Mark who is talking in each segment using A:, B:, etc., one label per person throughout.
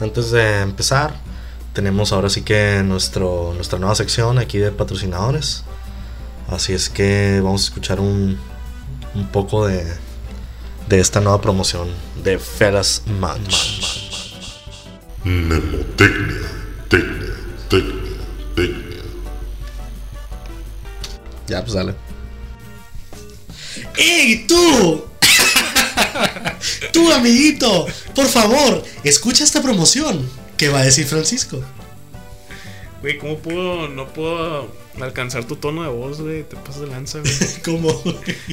A: antes de empezar, tenemos ahora sí que nuestro, nuestra nueva sección aquí de patrocinadores. Así es que vamos a escuchar un, un poco de, de esta nueva promoción de Feras Match.
B: Mnemotecnia, tecnia, tecnia, tecnia.
A: Ya, pues dale.
C: ¡Ey, tú! tú, amiguito, por favor, escucha esta promoción. ¿Qué va a decir Francisco?
D: Güey, ¿cómo pudo, no puedo alcanzar tu tono de voz, güey? Te pasas de lanza, güey.
C: ¿Cómo?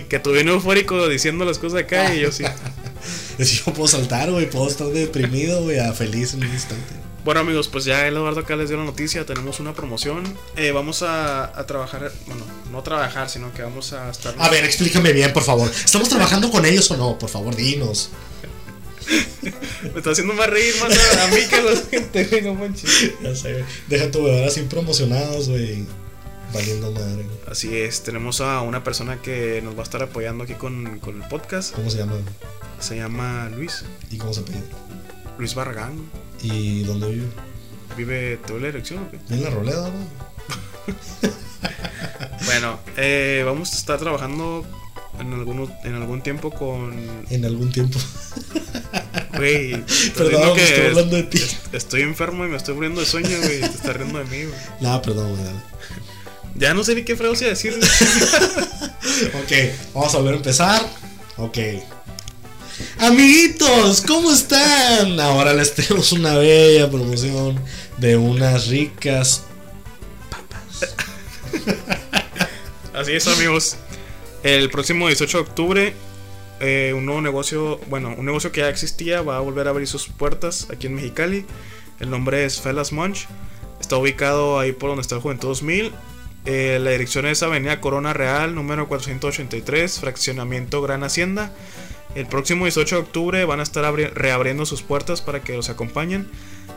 D: que tú bien eufórico diciendo las cosas acá y yo sí.
C: Yo puedo saltar, güey, puedo estar deprimido, güey, a feliz en un instante.
D: Bueno, amigos, pues ya el Eduardo acá les dio la noticia. Tenemos una promoción. Eh, vamos a, a trabajar, bueno, no trabajar, sino que vamos a estar.
C: A ver, explícame bien, por favor. ¿Estamos trabajando con ellos o no? Por favor, dinos.
D: Me está haciendo más reír más a, a mí que a la gente, güey, no manches.
C: Ya sé, güey. Deja tu bebé así promocionados, güey. Valiendo madre, güey.
D: Así es, tenemos a una persona que nos va a estar apoyando aquí con, con el podcast.
C: ¿Cómo se llama?
D: Se llama Luis,
C: ¿Y cómo se pide?
D: Luis Barragán. güey.
C: ¿Y dónde vive?
D: Vive toda la dirección, o qué?
C: ¿En la roleda, güey?
D: Bueno, eh, vamos a estar trabajando en, alguno, en algún tiempo con.
C: En algún tiempo.
D: Güey, estás viendo
C: Perdón, estoy hablando de ti.
D: estoy enfermo y me estoy muriendo de sueño, güey. Te estás riendo de mí, güey.
C: Nada, perdón, güey. dale.
D: Ya no sé ni qué fregosia decir.
C: Ok, vamos a volver a empezar. Ok. Amiguitos, ¿cómo están? Ahora les tenemos una bella promoción de unas ricas.
D: Así es, amigos. El próximo 18 de octubre, eh, un nuevo negocio, bueno, un negocio que ya existía, va a volver a abrir sus puertas aquí en Mexicali. El nombre es Fellas Munch. Está ubicado ahí por donde está el Juventud 2000. Eh, la dirección es Avenida Corona Real, número 483, fraccionamiento Gran Hacienda. El próximo 18 de octubre van a estar abri- reabriendo sus puertas para que los acompañen.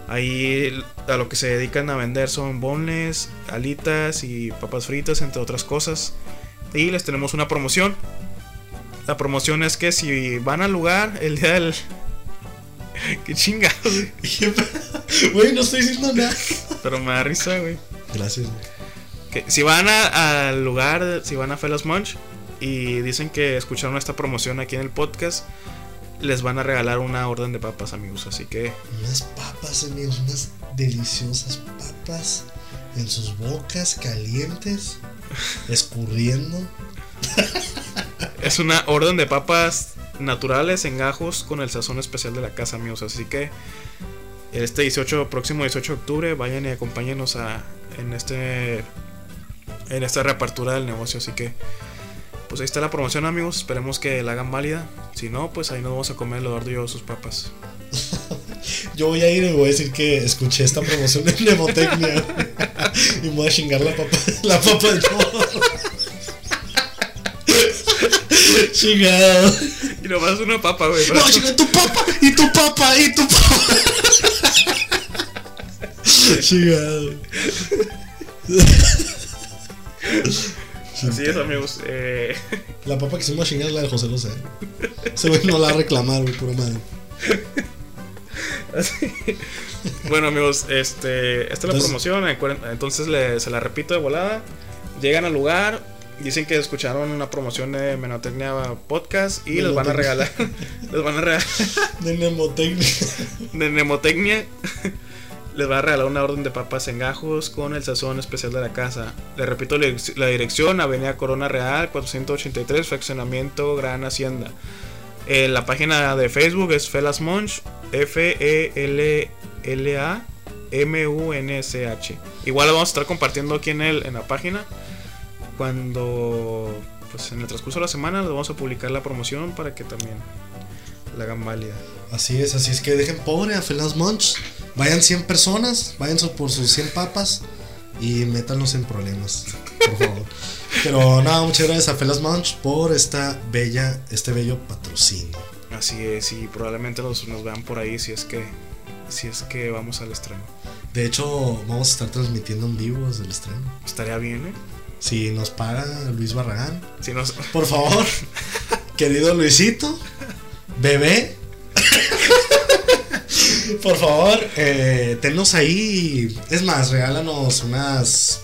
D: Ahí a lo que se dedican a vender son bonles, alitas y papas fritas, entre otras cosas. Y les tenemos una promoción. La promoción es que si van al lugar el día del... ¡Qué chingados! güey.
C: Güey, no estoy diciendo nada.
D: Pero me da risa, güey.
C: Gracias. güey.
D: Que si van a- al lugar, si van a Fellas Munch y dicen que escucharon esta promoción aquí en el podcast, les van a regalar una orden de papas, amigos. Así que
C: Unas papas, amigos, unas deliciosas papas en sus bocas calientes, escurriendo.
D: es una orden de papas naturales en gajos con el sazón especial de la casa, amigos. Así que este 18, próximo 18 de octubre, vayan y acompáñenos a, en este en esta reapertura del negocio. Así que, pues ahí está la promoción, amigos. Esperemos que la hagan válida. Si no, pues ahí nos vamos a comer el Eduardo y yo sus papas.
C: Yo voy a ir y voy a decir que escuché esta promoción de mnemotecnia. güey. y me voy a chingar la papa, la papa del todo. Chingado.
D: Y nomás es una papa, güey.
C: No, chinga tu papa y tu papa y tu papa. Chingado.
D: Así es, amigos. Eh,
C: La papa que se me va a chingar es la de José José. Se güey no la va a reclamar, güey, pura madre.
D: así- Bueno, amigos, este, esta es la
C: Entonces-
D: promoción. acuerden- Entonces le- se la repito de volada. Llegan al lugar, dicen que escucharon una promoción de Menotecnia Podcast y les van a regalar. les van a regalar.
C: De mnemotecnia.
D: De Nemotecnia. Les va a regalar una orden de papas en gajos con el sazón especial de la casa. Le repito la direc- la dirección, Avenida Corona Real, 483, Fraccionamiento Gran Hacienda. Eh, la página de Facebook es Felas Munch, E F-E-L-L-A-M-U-N-S-H. Igual lo vamos a estar compartiendo aquí en, el, en la página. Cuando, pues en el transcurso de la semana, les vamos a publicar la promoción para que también la hagan válida.
C: Así es, así es que dejen pobre a Felas Munch. Vayan 100 personas, vayan so- por sus 100 papas y métanlos en problemas, por favor. Pero nada, muchas gracias a Felas Munch por esta bella, este bello patrocinio.
D: Así es, y probablemente los- nos vean por ahí si es que si es que vamos al estreno.
C: De hecho, vamos a estar transmitiendo en vivo desde el estreno.
D: Estaría bien, ¿eh?
C: Si nos paga Luis Barragán,
D: Si nos...
C: por favor, querido Luisito, bebé, Por favor, eh, tennos ahí. Es más, regálanos unas.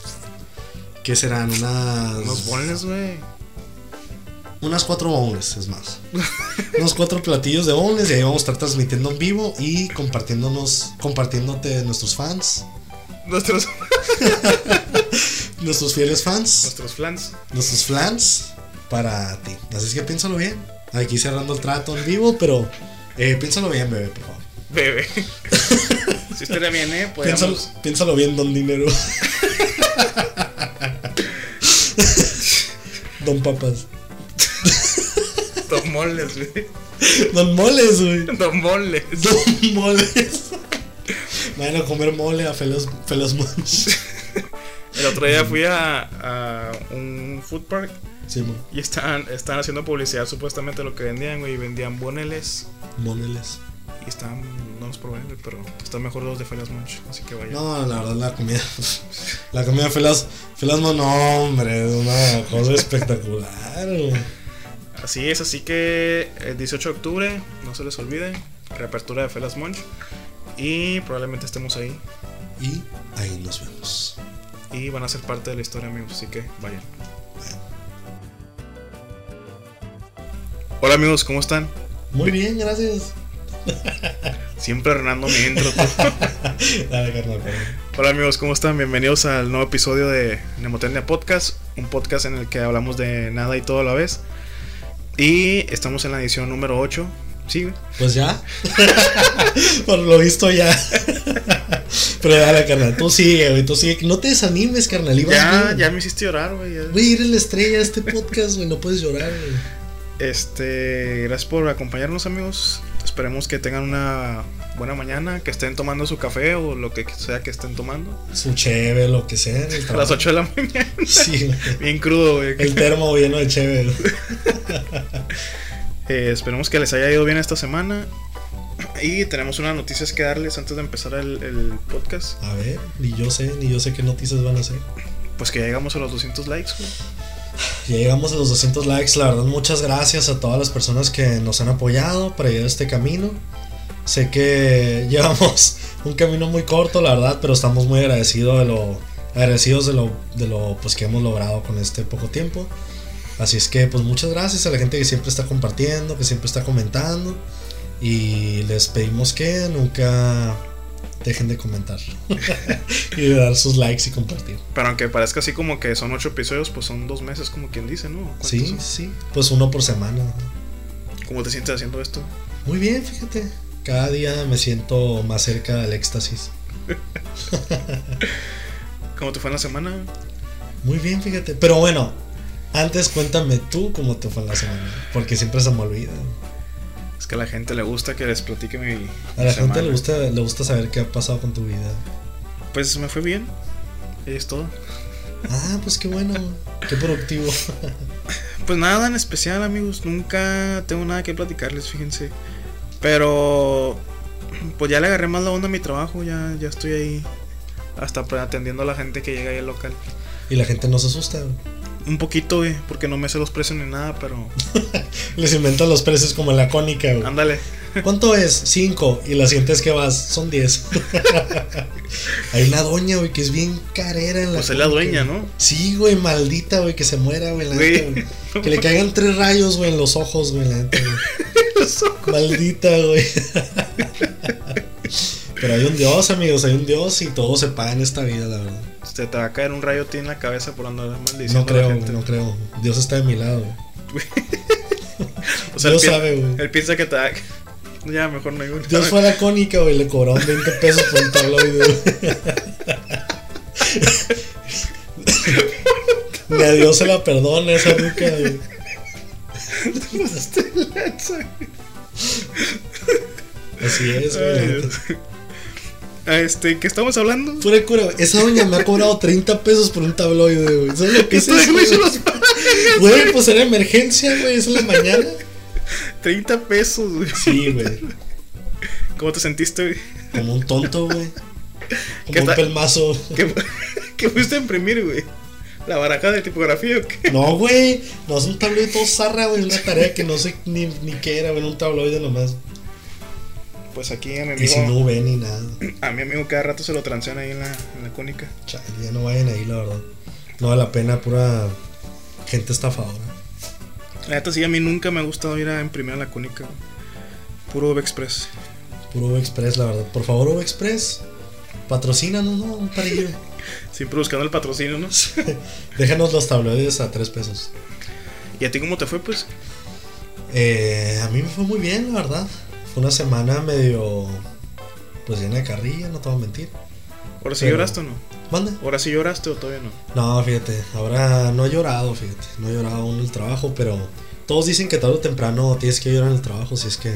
C: ¿Qué serán? Unas.
D: Unos boneless, güey.
C: unas cuatro boneless, es más. unos cuatro platillos de boneless y ahí vamos a estar transmitiendo en vivo y compartiéndonos, compartiéndote nuestros fans,
D: Nuestros,
C: nuestros fieles fans,
D: nuestros flans.
C: nuestros flans para ti. Así es que piénsalo bien. Aquí cerrando el trato en vivo, pero eh, piénsalo bien, bebé, por favor.
D: Bebé. si estaría bien, ¿eh?
C: Piénsalo,
D: Podríamos,
C: piénsalo bien, don Dinero. don Papas.
D: Don Moles, güey.
C: Don Moles, güey.
D: Don Moles.
C: Don Moles. Vayan a comer mole a Felos, Felos Munch.
D: El otro día fui a, a un food park
C: Sí, mo-
D: y están, están haciendo publicidad supuestamente lo que vendían, güey. y Vendían boneles
C: moneles.
D: y están. No los probé, güey, pero están mejor los de Ferias Munch. Así que vaya.
C: No, la verdad, la comida. La comida Felos, Felos Munch, no, hombre, es una cosa espectacular. güey.
D: Así es, así que el 18 de octubre, no se les olvide, reapertura de Felas Munch. Y probablemente estemos ahí
C: Y ahí nos vemos.
D: y van a ser parte de la historia, amigos. Así que vayan. Hola, amigos, ¿cómo están?
C: Muy bien, gracias.
D: Siempre arruinando mi intro. tú.
C: Dale, carnal, carnal.
D: Hola, amigos, ¿cómo están? Bienvenidos al nuevo episodio de Nemotecnia Podcast, un podcast en el que hablamos de nada y todo a la vez. Y estamos en la edición número 8. Sí, güey.
C: Pues ya. Por lo visto ya. Pero dale, carnal, tú sigue, güey, tú sigue. No te desanimes, carnal. y vas
D: ya,
C: bien.
D: ya me hiciste llorar, güey. ya.
C: Güey, eres la estrella de este podcast, güey. No puedes llorar, güey.
D: Este, gracias por acompañarnos, amigos. Esperemos que tengan una buena mañana, que estén tomando su café o lo que sea que estén tomando.
C: Su cheve, lo que sea. en el
D: A las
C: trabajo.
D: 8 de la mañana.
C: Sí, güey.
D: Bien crudo, güey.
C: El termo lleno de cheve, güey.
D: Eh, esperemos que les haya ido bien esta semana. Y tenemos unas noticias que darles antes de empezar el, el podcast.
C: A ver, ni yo sé, ni yo sé qué noticias van a ser.
D: Pues que ya llegamos a los 200 likes, güey.
C: Ya llegamos a los 200 likes. La verdad, muchas gracias a todas las personas que nos han apoyado para llegar a este camino. Sé que llevamos un camino muy corto, la verdad, pero estamos muy agradecidos de lo, agradecidos de lo, de lo pues, que hemos logrado con este poco tiempo. Así es que, pues muchas gracias a la gente que siempre está compartiendo, que siempre está comentando. Y les pedimos que nunca dejen de comentar y de dar sus likes y compartir.
D: Pero aunque parezca así como que son 8 episodios, pues son 2 meses, como quien dice, ¿no? ¿Cuántos
C: Sí, sí, pues uno por semana.
D: son? ¿Cómo te sientes haciendo esto?
C: Muy bien, fíjate. Cada día me siento más cerca del éxtasis.
D: ¿Cómo te fue en la semana?
C: Muy bien, fíjate. Pero bueno, antes cuéntame tú cómo te fue en la semana. Porque siempre se me olvida.
D: Es que a la gente le gusta que les platique mi.
C: A
D: mi
C: la gente
D: semana.
C: le gusta, le gusta saber qué ha pasado con tu vida.
D: Pues me fue bien. Es todo.
C: Ah, pues qué bueno. Qué productivo.
D: Pues nada en especial, amigos. Nunca tengo nada que platicarles, fíjense. Pero. Pues ya le agarré más la onda a mi trabajo. Ya, ya estoy ahí. Hasta pre- atendiendo a la gente que llega ahí al local.
C: Y la gente no se asusta.
D: Un poquito, güey. Porque no me sé los precios ni nada, pero.
C: Les inventan los precios como en la cónica. güey.
D: Ándale.
C: ¿Cuánto es? Cinco. Y la siguiente es que vas, son diez. Hay una doña, güey, que es bien carera en la
D: Pues es la
C: cónica,
D: dueña,
C: güey.
D: ¿no?
C: Sí, güey, maldita, güey, que se muera, güey, la neta,
D: Güey.
C: güey. Que le caigan tres rayos, güey, en los ojos, güey, la neta, güey. Maldita, güey. Pero hay un Dios, amigos, hay un Dios y todo se paga en esta vida, la verdad.
D: Se te va a caer un rayo a ti en la cabeza por andar maldiciendo
C: No
D: a
C: creo,
D: la
C: güey,
D: gente.
C: no creo. Dios está de mi lado, güey.
D: O sea,
C: Dios
D: él pi-
C: sabe, güey.
D: Él piensa que te va a- Ya, mejor no digo nada.
C: Dios fue a la cónica, güey, le cobraron 20 pesos por un tabloide, güey. Ni a Dios se la perdona esa nuca, güey. Así es, güey. la
D: Ay,
C: neta.
D: Dios. Este, ¿qué estamos hablando?
C: Pura cura, güey. Esa doña me ha cobrado 30 pesos por un tabloide, güey. ¿Sabes lo que es
D: Esto
C: eso,
D: me
C: güey?
D: hizo los
C: Güey, pues era emergencia, güey. Es en la mañana.
D: 30 pesos, güey.
C: Sí, güey.
D: ¿Cómo te sentiste, güey?
C: Como un tonto, güey.
D: ¿Qué
C: Como un
D: tal?
C: pelmazo.
D: ¿Qué, qué fuiste a imprimir, güey? ¿La baraja de tipografía o qué?
C: No, güey. No, es un tabloide todo zarra, güey. Una tarea que no sé ni, ni qué era, güey. Un tabloide nomás.
D: pues aquí a
C: Y
D: mi amigo,
C: si no ven ni nada.
D: a mi amigo cada rato se lo transean ahí en la, en la cónica.
C: Chale, ya no vayan ahí, la verdad. No vale la pena, pura gente estafadora.
D: La neta sí, a mí nunca me ha gustado ir a imprimir a la cónica. güey. Puro Web Express.
C: Puro Ove Express, la verdad. Por favor, Ove Express, patrocínanos, ¿no? Un parillo.
D: Siempre buscando el patrocinio, ¿no?
C: Déjanos los tabloides a tres pesos.
D: ¿Y a ti cómo te fue, pues?
C: Eh, a mí me fue muy bien, la verdad. Fue una semana medio. Pues llena de carrilla, no te voy a mentir.
D: ¿Ahora sí
C: Pero-
D: lloraste o no?
C: Mande.
D: ¿Ahora sí lloraste o todavía no?
C: No, fíjate, ahora no he llorado, fíjate. No he llorado aún en el trabajo, pero todos dicen que tarde o temprano tienes que llorar en el trabajo, si es que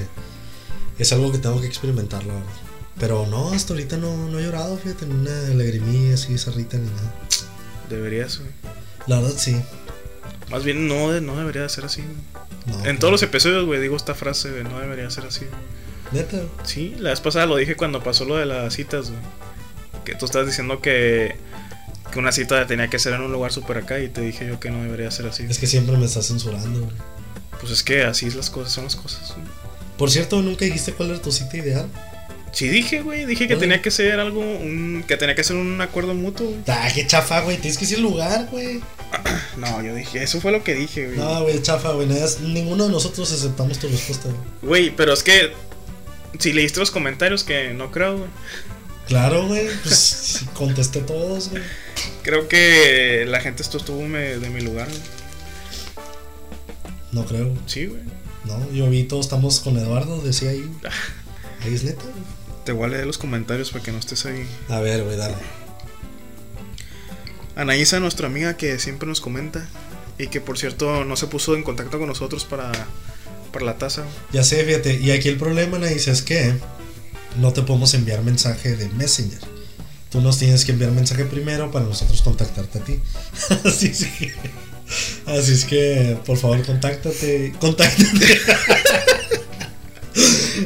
C: es algo que tengo que experimentar, la verdad. Pero no, hasta ahorita no, no he llorado, fíjate, en una alegrimía así, zarrita ni nada.
D: Deberías, güey.
C: La verdad sí.
D: Más bien no, de- no debería de ser así. güey.
C: No,
D: En todos los episodios, güey, digo esta frase, güey, no debería ser así. güey.
C: Neta,
D: Sí, la vez pasada lo dije cuando pasó lo de las citas, güey. Que tú estás diciendo que, que una cita tenía que ser en un lugar súper acá y te dije yo que no debería ser así.
C: es que siempre me estás censurando. güey.
D: Pues es que así es las cosas, son las cosas. güey.
C: Por cierto, nunca dijiste cuál era tu cita ideal.
D: Sí dije, güey, dije que
C: Bueno.
D: tenía que ser algo, un, que tenía que ser un acuerdo mutuo. güey.
C: Ah, qué chafa, güey, tienes que decir lugar, güey.
D: No, yo dije, eso fue lo que dije, güey.
C: No, güey, chafa, güey, nada, es- ninguno de nosotros aceptamos tu respuesta, güey.
D: Güey, pero es que si leíste los comentarios que no creo, güey.
C: Claro, güey, pues contesté todos, güey.
D: Creo que la gente esto estuvo me- de mi lugar. güey.
C: No creo.
D: Sí, güey.
C: No, yo vi todos estamos con Eduardo, decía ahí. Ahí es neta. güey.
D: Te voy a leer los comentarios para que no estés ahí.
C: A ver, güey, dale.
D: Anaísa, nuestra amiga que siempre nos comenta y que por cierto no se puso en contacto con nosotros para, para la taza. güey.
C: Ya sé, fíjate. Y aquí el problema, Ana, dice, es que no te podemos enviar mensaje de Messenger. Tú nos tienes que enviar mensaje primero para nosotros contactarte a ti. Así es que. Así es que, por favor, contáctate. Contáctate.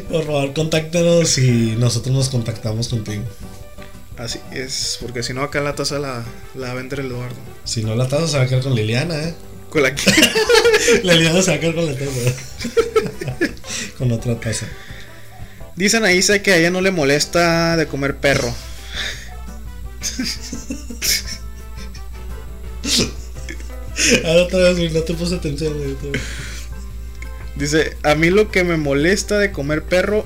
C: Por favor, contáctanos y nosotros nos contactamos contigo.
D: Así es, porque si no acá la taza la, la va a vender el Eduardo.
C: Si no, la taza se va a quedar con Liliana, ¿eh?
D: Con la que-
C: La liana se va a quedar con la taza. con otra taza.
D: Dice Anaísa que a ella no le molesta de comer perro.
C: Ahora Ah, otra vez, güey, no te puse atención, güey. otra vez.
D: Dice, a mí lo que me molesta de comer perro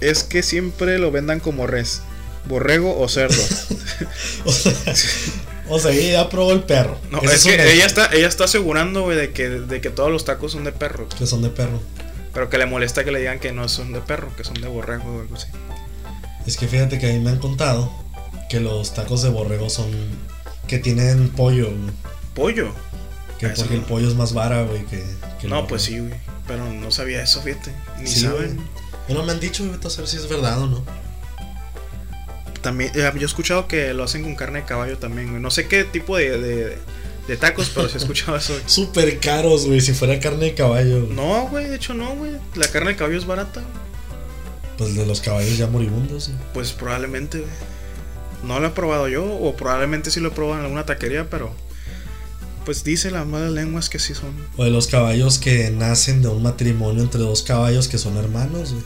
D: es que siempre lo vendan como res, borrego o cerdo.
C: O sea, o sea, ella ya probó el perro.
D: No,
C: Ese
D: es
C: un
D: que
C: hecho,
D: ella está, ella está asegurando, güey, de que, de que todos los tacos son de perro.
C: Que son de perro.
D: Pero que le molesta que le digan que no son de perro, que son de borrego o algo así.
C: Es que fíjate que a mí me han contado que los tacos de borrego son. que tienen pollo, güey.
D: ¿Pollo?
C: Que
D: Ah, Eso
C: porque
D: no.
C: el pollo es más vara, güey, que, que el
D: No,
C: borrego.
D: pues sí, güey. Pero no sabía eso, fíjate. Ni
C: Sí,
D: saben.
C: güey. Bueno, me han dicho, güey, vete a saber si es verdad o no.
D: También, eh, yo he escuchado que lo hacen con carne de caballo también, güey. No sé qué tipo de, de- de tacos, pero sí he escuchado eso. güey.
C: Súper caros, güey, si fuera carne de caballo. güey.
D: No, güey, de hecho no, güey. La carne de caballo es barata. güey.
C: Pues de los caballos ya moribundos, güey.
D: Pues probablemente, güey. No lo he probado yo, o probablemente sí lo he probado en alguna taquería, pero. Pues dice las malas lenguas que sí son.
C: O de los caballos que nacen de un matrimonio entre dos caballos que son hermanos, güey.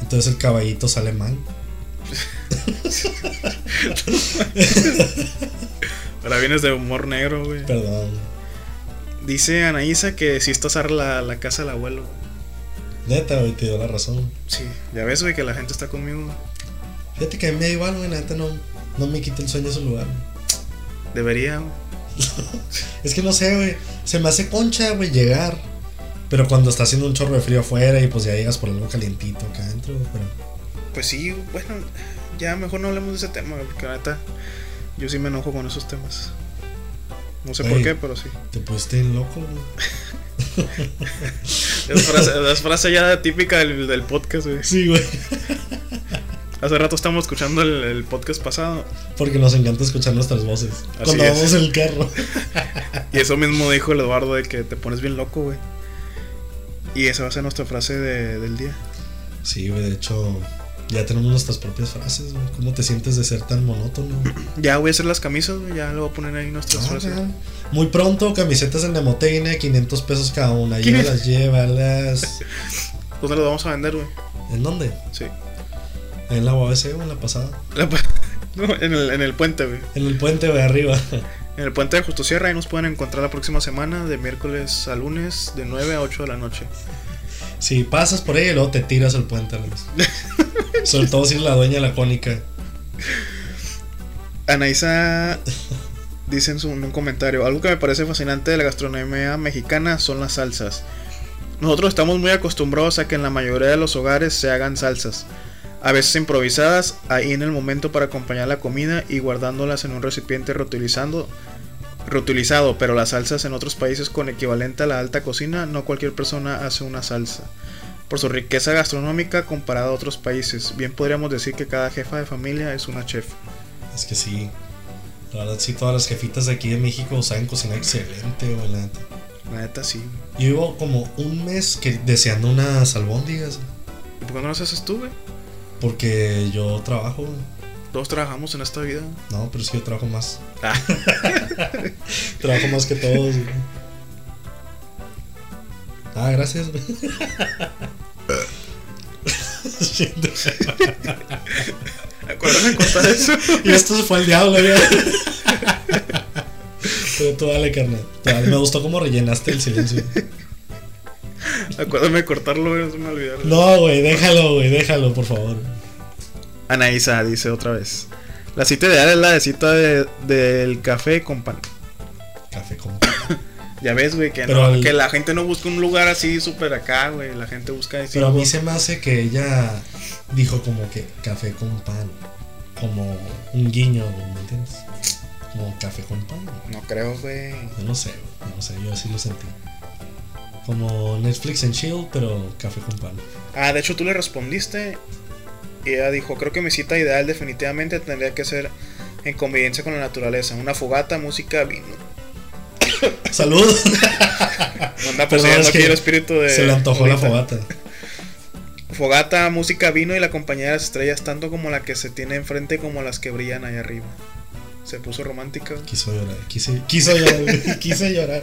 C: Entonces el caballito sale mal.
D: Ahora vienes de humor negro, güey.
C: Perdón.
D: Dice Anaísa que sí está usar la, la casa del abuelo. güey.
C: Neta, güey, te dio la razón.
D: Sí, ya ves, güey, que la gente está conmigo.
C: Fíjate que a mí me da igual, güey. Neta, no, no me quita el sueño ese lugar. güey.
D: Debería, güey.
C: Es que no sé, güey. Se me hace concha, güey, llegar. Pero cuando está haciendo un chorro de frío afuera y pues ya llegas por algo calientito acá adentro, güey, pero...
D: Pues sí, bueno, ya mejor no hablemos de ese tema, güey, porque la neta, yo sí me enojo con esos temas. No sé por
C: Ey.
D: qué, pero sí.
C: Te pusiste bien loco, güey.
D: Es frase, es frase ya típica del, del podcast, güey.
C: Sí, güey.
D: Hace rato estábamos escuchando el, el podcast pasado
C: Porque nos encanta escuchar nuestras voces.
D: Así
C: cuando
D: es.
C: vamos en el carro.
D: y eso mismo dijo el Eduardo de que te pones bien loco, güey. Y esa va a ser nuestra frase de- del día.
C: Sí, güey, de hecho, ya tenemos nuestras propias frases, güey. ¿Cómo te sientes de ser tan monótono?
D: Ya voy a hacer las camisas, güey, ya le voy a poner ahí nuestras
C: Ah,
D: frases.
C: ya. Muy pronto, camisetas en Nemoteine, 500 pesos cada una.
D: ¿Qué?
C: Llévalas, llévalas.
D: ¿Dónde las vamos a vender, güey?
A: ¿En dónde?
D: Sí.
A: En la UABC o en la pasada.
D: La pa- no, en, el, en el puente, güey.
A: En el puente de arriba.
D: En el puente de Justo Sierra. Ahí nos pueden encontrar la próxima semana, de miércoles a lunes, de 9 a 8 de la noche.
C: Si pasas por ella y luego te tiras al puente, Alex. Sobre todo si es la dueña de la cónica.
D: Anaísa dice en, su- en un comentario, algo que me parece fascinante de la gastronomía mexicana son las salsas. Nosotros estamos muy acostumbrados a que en la mayoría de los hogares se hagan salsas, a veces improvisadas, ahí en el momento para acompañar la comida y guardándolas en un recipiente reutilizando, reutilizado, pero las salsas en otros países con equivalente a la alta cocina, no cualquier persona hace una salsa. Por su riqueza gastronómica comparada a otros países, bien podríamos decir que cada jefa de familia es una chef.
C: Es que sí. La verdad, sí, todas las jefitas de aquí de México saben cocinar excelente, güey, la neta.
D: La neta sí. güey.
C: Yo llevo como un mes que deseando unas albóndigas, güey,
D: ¿Y por qué no las haces tú, güey?
C: porque yo trabajo, güey.
D: Todos trabajamos en esta vida.
C: No, pero es que yo trabajo más.
D: Ah.
C: trabajo más que todos, güey. Ah, gracias, güey.
D: Acuérdame de cortar eso.
C: Y esto se fue al diablo, güey. Pero tú dale, carnal. Tú dale. Me gustó cómo rellenaste el silencio.
D: Acuérdame de cortarlo, güey. No se me olvidaron.
C: No, güey, déjalo, güey, déjalo, por favor.
D: Anaísa dice otra vez. La cita ideal es la de cita de- del café con pan.
C: Café con
D: Ya ves, güey, que,
C: Pero
D: no-
C: el-
D: que la gente no busca un lugar así súper acá, güey. La gente busca decir.
C: Pero a mí se me hace que ella dijo como que café con pan. Como un guiño, güey, ¿me entiendes? Como café con pan. güey.
D: No creo, güey.
C: Yo no sé, güey, no sé, yo así lo sentí. Como Netflix and chill, pero café con pan.
D: Ah, de hecho tú le respondiste. Y ella dijo, creo que mi cita ideal definitivamente tendría que ser en convivencia con la naturaleza. Una fogata, música, vino.
C: ¡Salud!
D: Anda pues,
C: Perdón,
D: poseyendo
C: es
D: aquí
C: que
D: el espíritu de...
C: se le antojó la
D: Pues, ahorita.
C: fogata.
D: Fogata, música, vino y la compañía de las estrellas, tanto como la que se tiene enfrente como las que brillan allá arriba. Se puso romántica.
C: Quiso llorar, quise, quiso llorar, güey, quise llorar.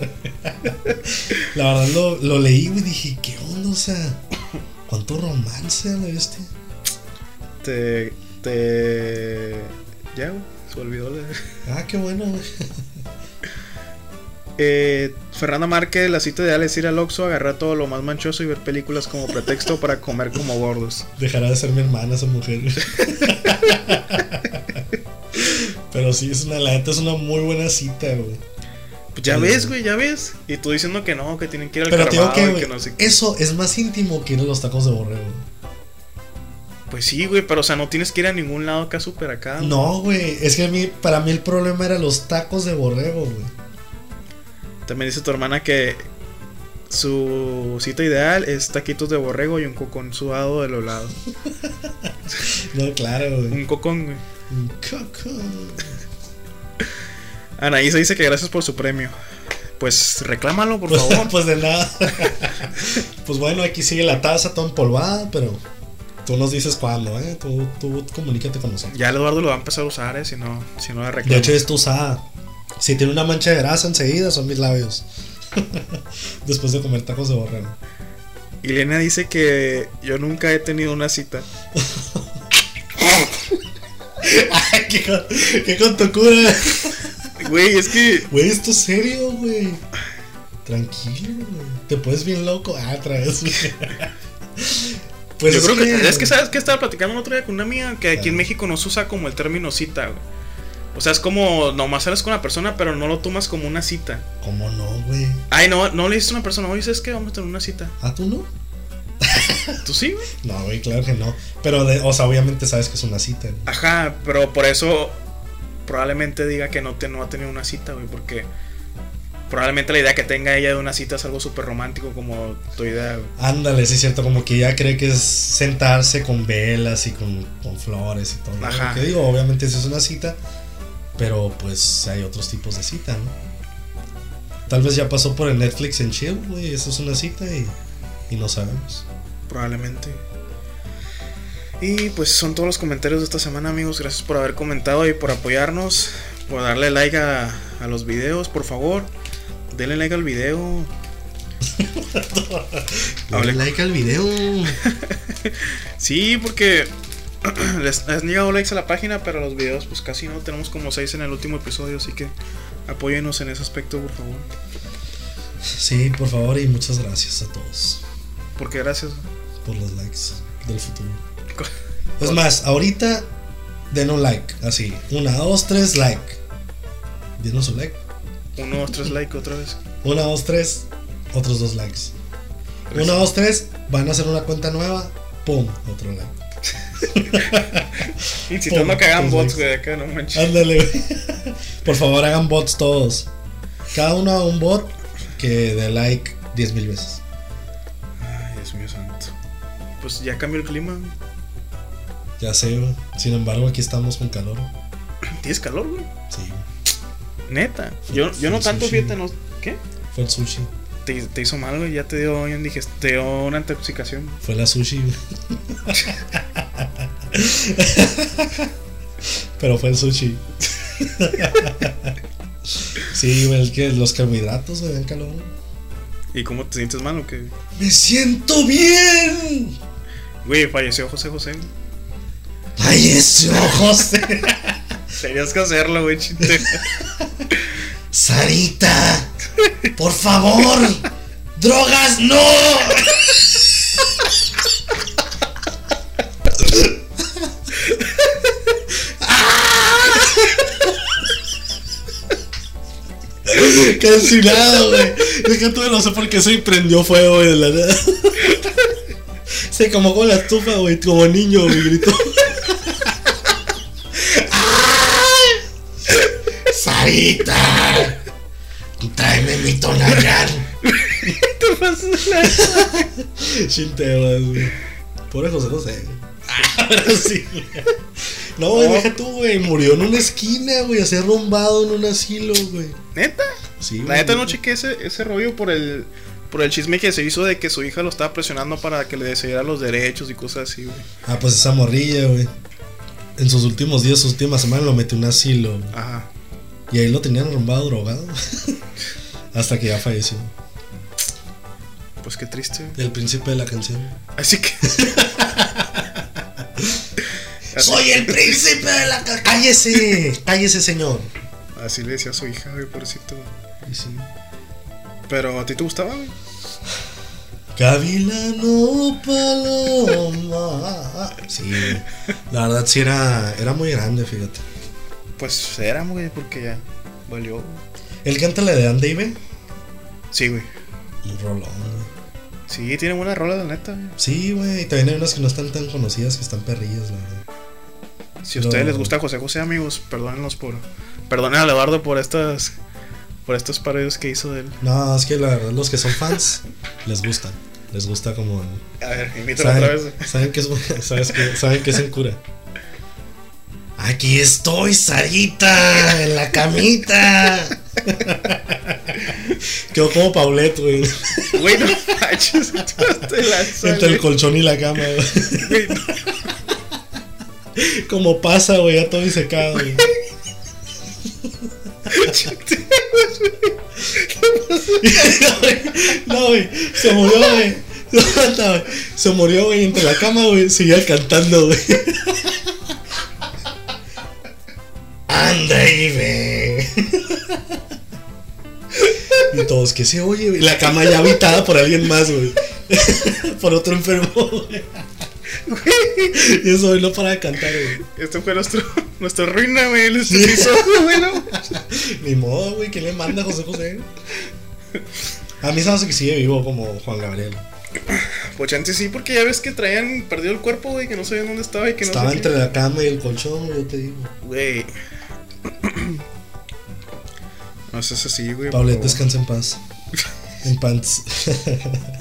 C: La verdad lo, lo leí güey, y dije, ¿qué onda? O sea, ¿cuánto romance le viste?
D: Te. Te. Ya, güey, se olvidó. la-
C: Ah, qué bueno, güey.
D: Eh, Fernanda Márquez, la cita ideal es ir al Oxxo, agarrar todo lo más manchoso y ver películas como pretexto para comer como gordos.
C: Dejará de ser mi hermana esa mujer. Pero sí, es una, la neta es una muy buena cita, güey.
D: Pues ya ves, güey, ya ves. Y tú diciendo que no, que tienen que ir al
C: Pero te digo
D: Carabao
C: que,
D: y
C: güey,
D: que no sé qué.
C: eso es más íntimo que ir a los tacos de borrego.
D: Pues sí, güey, pero o sea, no tienes que ir a ningún lado acá super acá. güey.
C: No, güey, es que a mí, para mí el problema era los tacos de borrego, güey.
D: También dice tu hermana que su cita ideal es taquitos de borrego y un cocón sudado de los lados.
C: No, claro, güey.
D: Un cocón, güey.
C: Un coco.
D: Anaísa dice que gracias por su premio. Pues reclámalo, por
C: Pues-
D: favor.
C: pues de nada. pues bueno, aquí sigue la taza toda empolvada, pero tú nos dices cuándo, ¿eh? Tú, tú comunícate con nosotros.
D: ya el Eduardo lo va a empezar a usar, eh, si no, si no la
C: De
D: reclama.
C: hecho, está usada. Si tiene una mancha de grasa enseguida, son mis labios. Después de comer tacos de borrego.
D: Y Elena dice que yo nunca he tenido una cita.
C: Ay, qué, con- qué con tu cura.
D: Güey, es que.
C: Güey, esto es serio, güey. Tranquilo, güey. Te puedes bien loco. Ah, otra vez, güey. Pues
D: yo creo que. Es que sabes que estaba platicando el otro día con una amiga que aquí en
C: Ah.
D: México no se usa como el término cita, güey. O sea, es como nomás sales con una persona, pero no lo tomas como una cita.
C: ¿Cómo no, güey?
D: Ay, no, no le dices a una persona, oye, ¿sabes qué? Vamos a tener una cita.
C: ¿A tú no?
D: ¿Tú sí, güey?
C: No, güey, claro que no. Pero, de- o sea, obviamente sabes que es una cita. ¿no?
D: Ajá, pero por eso probablemente diga que no, te, no ha tenido una cita, güey, porque probablemente la idea que tenga ella de una cita es algo súper romántico como tu idea, güey.
C: Ándale, sí es cierto, como que ya cree que es sentarse con velas y con, con flores y todo. ¿no?
D: Ajá.
C: Que digo, obviamente eso es una cita, pero pues hay otros tipos de cita, ¿no? Tal vez ya pasó por el Netflix en chill, güey, eso es una cita y, y no sabemos.
D: Probablemente. Y pues son todos los comentarios de esta semana, amigos. Gracias por haber comentado y por apoyarnos. Por darle like a, a los videos, por favor. Denle like al video.
C: Dale
D: Hable-
C: like al video.
D: Sí, porque les han llegado likes a la página, pero los videos pues casi no. Tenemos como 6 en el último episodio, así que apóyenos en ese aspecto, por favor.
C: Sí, por favor, y muchas gracias a todos
D: Porque gracias.
C: por los likes del futuro. Es más, ahorita denos like. Así. Una, dos, tres, like. Denos un like.
D: Uno, dos, tres likes otra vez.
C: Una, dos, tres, otros dos likes.
D: Tres.
C: Una, dos, tres, van a hacer una cuenta nueva. Pum, otro like.
D: Incitando a que hagan
C: Tres
D: bots,
C: likes.
D: güey, acá, no manches.
C: Ándale, güey. Por favor, hagan bots todos. Cada uno haga un bot que dé like 10 mil veces. Ah.
D: Ay, Dios mío santo. Pues ya cambió el clima. güey.
C: Ya sé, güey. sin embargo, aquí estamos con calor.
D: ¿Tienes calor, güey?
C: Sí, güey.
D: Neta. Yo, yo no
C: Sí,
D: tanto,
C: sí,
D: fíjate,
C: sí.
D: no. ¿Qué?
C: fue el sushi.
D: Te, te hizo mal, güey. Ya te dio, dije, te dio una intoxicación.
C: Fue la sushi. güey. Pero fue el sushi. Sí, güey, es que los carbohidratos me dan calor.
D: ¿Y cómo te sientes mal o qué?
C: ¡Me siento bien!
D: Güey, falleció José José. güey.
C: ¡Ay, eso, José!
D: Tenías que hacerlo, güey, chiste.
C: Sarita, por favor, drogas no. Cancelado, güey. Es que tú no sé por qué se prendió fuego, güey, de la nada. Se como con la estufa, güey, como niño, güey, gritó. Sarita, tráeme mi tonallán.
D: Te pasas la-
C: Chinteras, güey. Pobre José José. Ahora sí, güey. No, güey,
D: Ah. No.
C: deja tú, güey. Murió en una esquina, güey. Así arrumbado en un asilo, güey.
D: Neta.
C: Sí,
D: La
C: güey.
D: neta no chequé ese, ese rollo por el, por el chisme que se hizo de que su hija lo estaba presionando para que le decidiera los derechos y cosas así, güey.
C: Ah, pues esa morrilla, güey. En sus últimos días, sus últimas semanas, lo metió en un asilo. güey.
D: Ajá.
C: Y ahí lo tenían arrumbado, drogado. Hasta que ya falleció.
D: Pues qué triste. güey.
C: El príncipe de la canción.
D: Así que. así,
C: ¡Soy el príncipe de la canción! ¡Cállese! ¡Cállese, señor!
D: así le decía a su hija, güey, pobrecito.
C: Y sí.
D: Pero a ti te gustaba, güey.
C: Gavilano Paloma. Sí, güey. la verdad sí era, era muy grande, fíjate.
D: Pues era, güey, porque ya valió. güey.
C: Él canta la de Dan Dave,
D: Sí, güey.
C: un rolón, güey.
D: Sí, tiene buena rola, la neta. güey.
C: Sí, güey, y también hay unas que no están tan conocidas que están perrillas, la verdad.
D: Si a ustedes
C: No.
D: les gusta José José, amigos, perdónenlos por. Perdonen a Eduardo por estas. Por estos parodios que hizo de él.
C: No, es que la verdad los que son fans les gustan. Les gusta como.
D: A ver, invítalo otra vez.
C: Saben, saben que es bu- sabes que- saben que es en cura. Aquí estoy, Sarita, en la camita. Quedó como Paulette, güey.
D: Güey, no manches, tú te lanzas,
C: Entre el
D: güey.
C: colchón y la cama, güey.
D: Güey, no.
C: Como pasa, güey, ya todo disecado, güey. No, güey, se murió, güey. No, no, güey. se murió, güey, entre la cama, güey. Seguía cantando, güey. Anda y ve. Y todos que se oye, güey. La cama ya habitada por alguien más, güey. Por otro enfermo, güey. Y eso, güey, no para de cantar, güey.
D: Este fue nuestro, nuestra ruina, güey. El hechizo, güey, no.
C: Ni modo, güey, ¿qué le manda José José? A mí se me hace que sigue vivo como Juan Gabriel.
D: Pues antes sí, porque ya ves que traían perdido el cuerpo, güey, que no sabían dónde estaba y que
C: Estaba
D: no sé qué.
C: entre la cama y el colchón, yo te digo.
D: Güey. No seas así, güey. por
C: Paulette,
D: favor.
C: descansa en paz. En pants.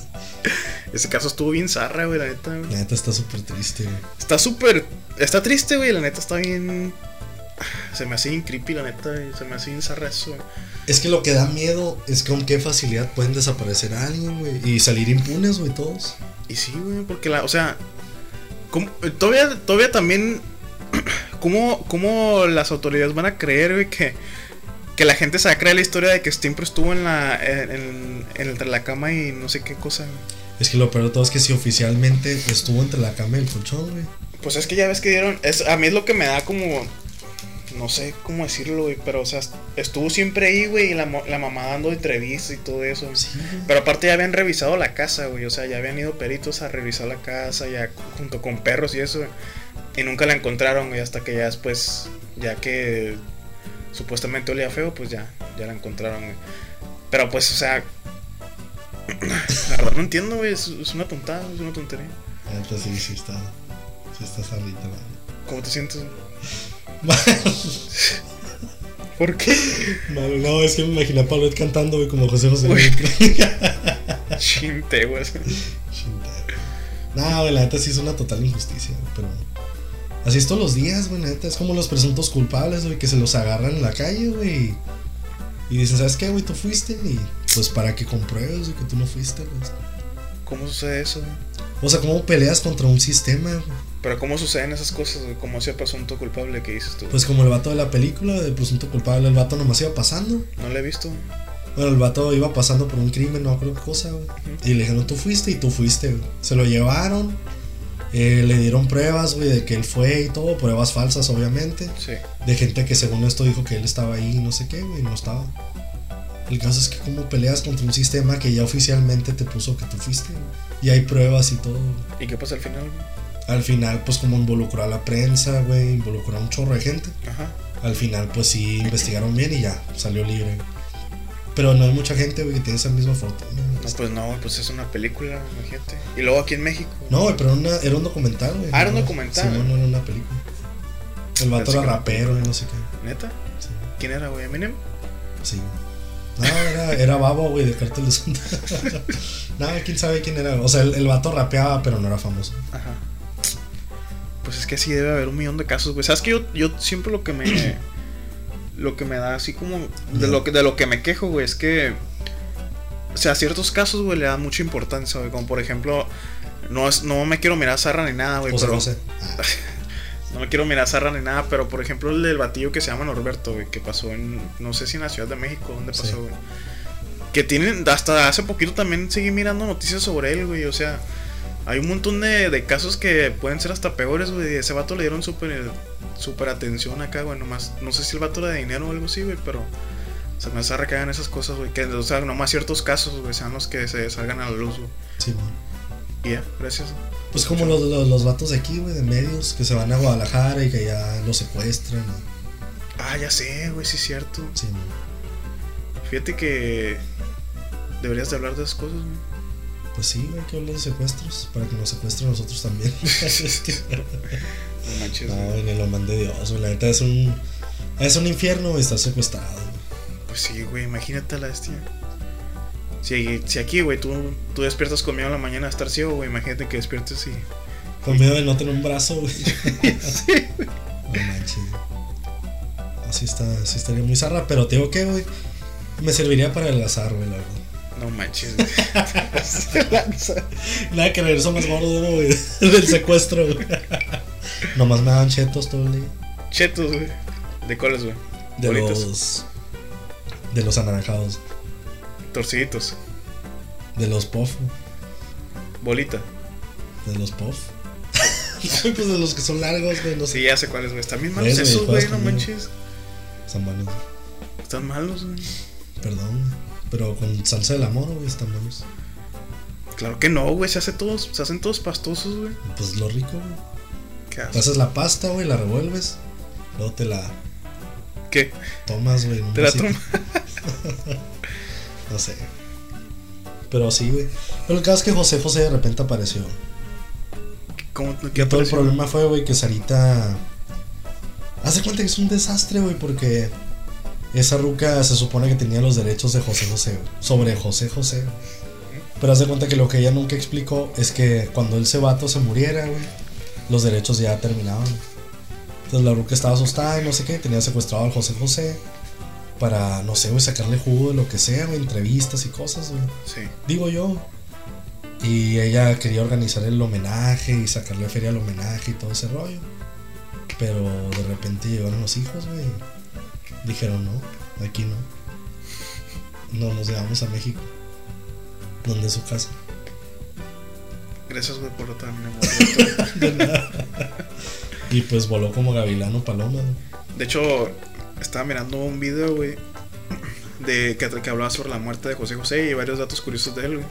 D: Ese caso estuvo bien zarra, güey, la neta. güey.
C: La neta está súper triste, güey.
D: Está súper. Está triste, güey, la neta está bien. Se me hace bien creepy, la neta, güey, se me hace bien zarra eso, güey.
C: Es que lo que da miedo es con qué facilidad pueden desaparecer a alguien, güey. Y salir impunes, güey, todos.
D: Y sí, güey, porque la, o sea, ¿cómo- todavía, todavía también, ¿cómo, ¿cómo las autoridades van a creer, güey, que, que la gente se va a creer la historia de que siempre estuvo en la en, en- en- entre la cama y no sé qué cosa.
C: Es que lo peor de todo es que si oficialmente estuvo entre la cama y el colchón, güey.
D: Pues es que ya ves que dieron, es, a mí es lo que me da como no sé cómo decirlo, güey, pero o sea, estuvo siempre ahí, güey, y la, mo- la mamá dando entrevistas y todo eso.
C: Sí, güey.
D: Pero aparte ya habían revisado la casa, güey. O sea, ya habían ido peritos a revisar la casa, ya junto con perros y eso. Y nunca la encontraron, güey. Hasta que ya después, ya que supuestamente olía feo, pues ya, ya la encontraron, güey. Pero pues, o sea... La verdad no entiendo, güey. Es, es una tontada, es una tontería.
C: Entonces sí, sí está. Sí está salita la neta.
D: ¿Cómo te sientes? güey? ¿Por qué?
C: No, no, no, es que me imaginé a Pablo cantando, güey, como José José.
D: Uy.
C: Chintero.
D: Chinte, güey.
C: No, güey, la neta sí es una total injusticia, güey, pero. Así es todos los días, güey, la neta. Es como los presuntos culpables, güey, que se los agarran en la calle, güey. y- Y dicen, ¿sabes qué, güey? Tú fuiste. Y pues para que compruebes, güey, que tú no fuiste, güey.
D: ¿Cómo sucede eso, güey?
C: O sea, ¿cómo peleas contra un sistema, güey?
D: Pero ¿cómo suceden esas cosas, güey? Como ese presunto culpable que dices tú.
C: Pues como el vato de la película, de presunto culpable, el vato nomás iba pasando.
D: No lo he visto, güey.
C: Bueno, el vato iba pasando por un crimen, no me acuerdo qué cosa, güey. Y le dijeron, tú fuiste y tú fuiste, güey. Se lo llevaron. eh, le dieron pruebas, güey, de que él fue y todo, pruebas falsas, obviamente.
D: Sí.
C: De gente que según esto dijo que él estaba ahí y no sé qué, güey, no estaba. El caso es que como peleas contra un sistema que ya oficialmente te puso que tú fuiste, güey. y hay pruebas y todo. güey.
D: ¿Y qué pasa al final? güey?
C: Al final, pues como involucró a la prensa, güey, involucró a un chorro de gente.
D: Ajá.
C: Al final, pues sí, investigaron bien y ya, salió libre. güey. Pero no hay mucha gente, güey, que tiene esa misma fortuna. güey.
D: No, pues no, güey, pues es una película, imagínate. Y luego aquí en México.
C: No, güey, pero era una- era un documental, güey.
D: Ah, era un
C: No,
D: documental.
C: Sí, no, no era una película. El vato
D: Pensé que
C: era
D: era
C: rapero y no sé qué.
D: ¿Neta?
C: Sí. pues
D: ¿Quién era, güey? ¿Eminem?
C: Sí. No, era, era Babo, güey, de Cartel de Santa. no, quién sabe quién era. O sea, el, el vato rapeaba, pero no era famoso.
D: Ajá. Pues es que sí debe haber un millón de casos, güey. Sabes que yo, yo siempre lo que me. lo que me da así como. De lo que, de lo que me quejo, güey, es que. O sea, a ciertos casos, güey, le da mucha importancia, güey. Como por ejemplo. No, es, no me quiero mirar zarra ni nada, güey.
C: José
D: pero-
C: José. Ah,
D: No me quiero mirar zarra ni nada, pero por ejemplo el del batillo que se llama Norberto, güey, que pasó en, no sé si en la Ciudad de México, ¿dónde pasó,
C: Sí.
D: güey? Que tienen, hasta hace poquito también seguí mirando noticias sobre él, güey, o sea, hay un montón de, de casos que pueden ser hasta peores, güey, y a ese vato le dieron súper súper atención acá, güey, nomás, no sé si el vato era de dinero o algo así, güey, pero se me hace recaer en esas cosas, güey, que, o sea, nomás ciertos casos, güey, sean los que se salgan a la luz, güey.
C: sí, güey.
D: Y ya, gracias.
C: Pues como los, los, los vatos de aquí, güey, de medios, que se van a Guadalajara y que ya los secuestran. ¿no?
D: Ah, ya sé, güey, sí es cierto.
C: Sí, güey.
D: Fíjate que deberías de hablar de esas cosas, güey.
C: Pues sí, güey, que hablar de secuestros, para que nos secuestren a nosotros también.
D: No manches,
C: no,
D: güey.
C: en el man de Dios, güey, la neta es un, es un infierno güey, estar secuestrado. güey.
D: Pues sí, güey, imagínate la bestia. Si, si aquí, güey, tú, tú despiertas conmigo en la mañana a estar ciego, güey, imagínate que despiertes y...
C: Con miedo de no tener un brazo, güey. No manches. Así está, así estaría muy zarra, pero te digo que, güey, me serviría para el azar, güey, la verdad.
D: No manches, güey. Se lanza.
C: Nada que regreso más gordo, ¿no, güey, del secuestro, güey. Nomás me daban chetos todo el día.
D: Chetos, güey. De colas, güey.
C: De
D: Bolitas.
C: los. De los anaranjados.
D: Torciditos.
C: De los puff, güey,
D: Bolita.
C: De los puff. pues de los que son largos, güey, no sé.
D: Sí, ya sé cuáles, güey. Están bien malos
C: Ves, güey,
D: esos, güey,
C: juegas
D: no
C: conmigo.
D: manches.
C: Están buenos.
D: Están malos, güey.
C: Perdón, güey. Pero con salsa del amor, güey, están buenos.
D: Claro que no, güey. Se, hace todos, se hacen todos pastosos, güey.
C: Pues lo rico, güey.
D: ¿Qué
C: Te
D: haces?
C: haces la pasta, güey, la revuelves. Luego te la
D: ¿Qué?
C: tomas, güey. en un
D: Te la
C: vasito.
D: tomas.
C: No sé. Pero sí, güey. Pero el caso es que José José de repente apareció.
D: ¿Cómo? ¿Qué
C: Y todo el
D: apareció?
C: problema fue, güey, que Sarita. Hace cuenta que es un desastre, güey, porque esa ruca se supone que tenía los derechos de José José, güey, sobre José José. güey. Pero hace cuenta que lo que ella nunca explicó es que cuando el cebato se muriera, güey, los derechos ya terminaban. Entonces la ruca estaba asustada y no sé qué, tenía secuestrado al José José para, no sé, güey, sacarle jugo de lo que sea, güey, entrevistas y cosas, güey.
D: Sí.
C: Digo yo. Y ella quería organizar el homenaje y sacarle feria al homenaje y todo ese rollo. Pero de repente llegaron los hijos, güey. Dijeron, no, de aquí no. Nos los llevamos a México, donde es su casa.
D: Gracias, güey, por lo tan envuelto.
C: Y pues voló como gavilano paloma. ¿no?
D: De hecho, estaba mirando un video, güey, de, que, que hablaba sobre la muerte de José José y varios datos curiosos de él, güey.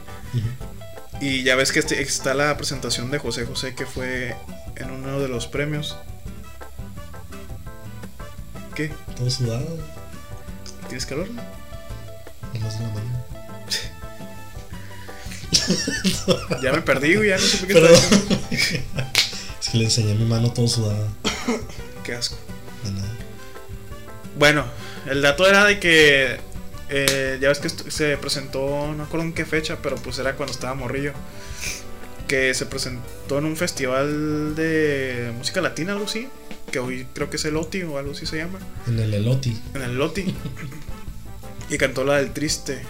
D: Y ya ves que este- está la presentación de José José que fue en uno de los premios. ¿Qué?
C: Todo sudado,
D: ¿Tienes calor? no?
C: nomás de la mano.
D: Ya me perdí, güey, ya no supe qué
C: Pero
D: estaba diciendo.
C: es que le enseñé mi mano todo sudada.
D: Qué asco.
C: De nada.
D: Bueno, el dato era de que eh, ya ves que estu- se presentó, no acuerdo en qué fecha, pero pues era cuando estaba morrillo. Que se presentó en un festival de música latina, algo así. Que hoy creo que es el OTI o algo así se llama.
C: En el eloti.
D: En el Loti. y cantó la del triste.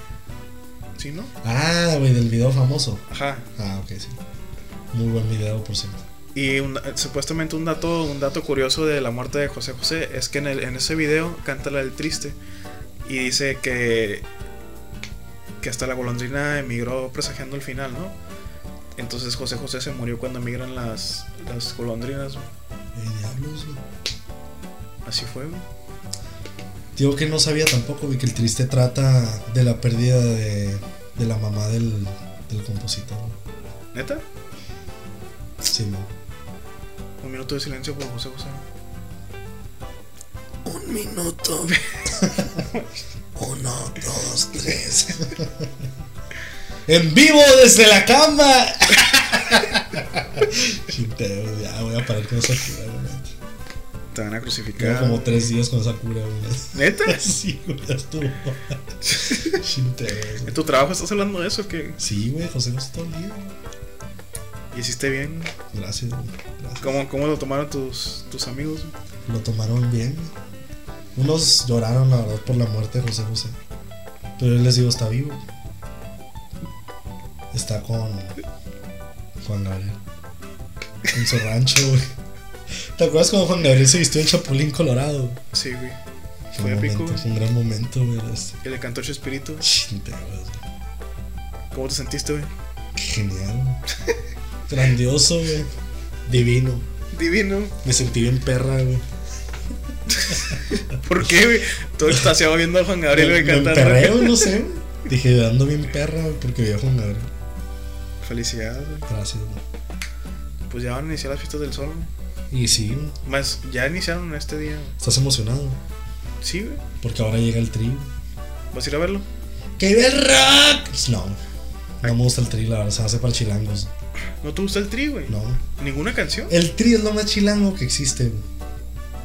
D: ¿Sí, no?
C: Ah, güey, del video famoso.
D: Ajá.
C: Ah, ok, sí. Muy buen video, por cierto.
D: Y un- supuestamente un dato, un dato curioso de la muerte de José José es que en, el- en ese video canta la del triste y dice que, que hasta la golondrina emigró presagiando el final, ¿no? Entonces José José se murió cuando emigran las, las golondrinas, güey.
C: Eh, diablos, güey.
D: así fue. güey.
C: Digo que no sabía tampoco, güey, que el triste trata de la pérdida de, de la mamá del, del compositor. güey.
D: ¿Neta?
C: Sí, no.
D: Un minuto de silencio por José José.
C: Un minuto. Uno, dos, tres. en vivo desde la cama. Chinteo, ya voy a parar con esa cura, güey.
D: Te van a
C: Llevo
D: crucificar.
C: como tres días con esa cura, güey.
D: ¿Neta?
C: Sí, güey, ya estuvo. Chinteo,
D: ¿En
C: güey.
D: tu trabajo estás hablando de eso? que
C: Sí, güey, José José todo el día, güey.
D: ¿Hiciste bien?
C: Gracias, güey. Gracias.
D: ¿Cómo, cómo lo tomaron tus, tus amigos? güey?
C: Lo tomaron bien. Unos lloraron, la verdad, por la muerte de José José. Pero yo les digo, está vivo. Está con Juan Gabriel. En su rancho, güey. ¿Te acuerdas cuando Juan Gabriel se vistió en Chapulín Colorado?
D: Sí, güey.
C: un
D: Fue
C: momento,
D: épico. güey.
C: fue un gran momento, güey. era este.
D: Y le cantó Chespirito.
C: Chinte, güey.
D: ¿Cómo te sentiste, güey?
C: Qué Genial. güey. Grandioso, güey. Divino.
D: Divino.
C: Me sentí bien perra, güey.
D: ¿Por qué, güey? Todo extasiado viendo a Juan Gabriel,
C: me,
D: güey,
C: me
D: cantando.
C: emperré, güey, no sé. güey. Dije, ando bien perra, güey, porque vi a Juan Gabriel.
D: Felicidades, güey.
C: Gracias, güey.
D: Pues ya van a iniciar las fiestas del sol, güey.
C: Y sí, güey,
D: Más, ya iniciaron este día. güey.
C: estás emocionado
D: Sí, güey.
C: porque ahora llega el tri.
D: ¿Vas a ir a verlo?
C: ¡Que vive el rock! Pues no, no me gusta el tri, la verdad, se hace para chilangos.
D: ¿No te gusta el tri, güey?
C: No,
D: ¿Ninguna canción?
C: el tri es lo más chilango que existe, güey.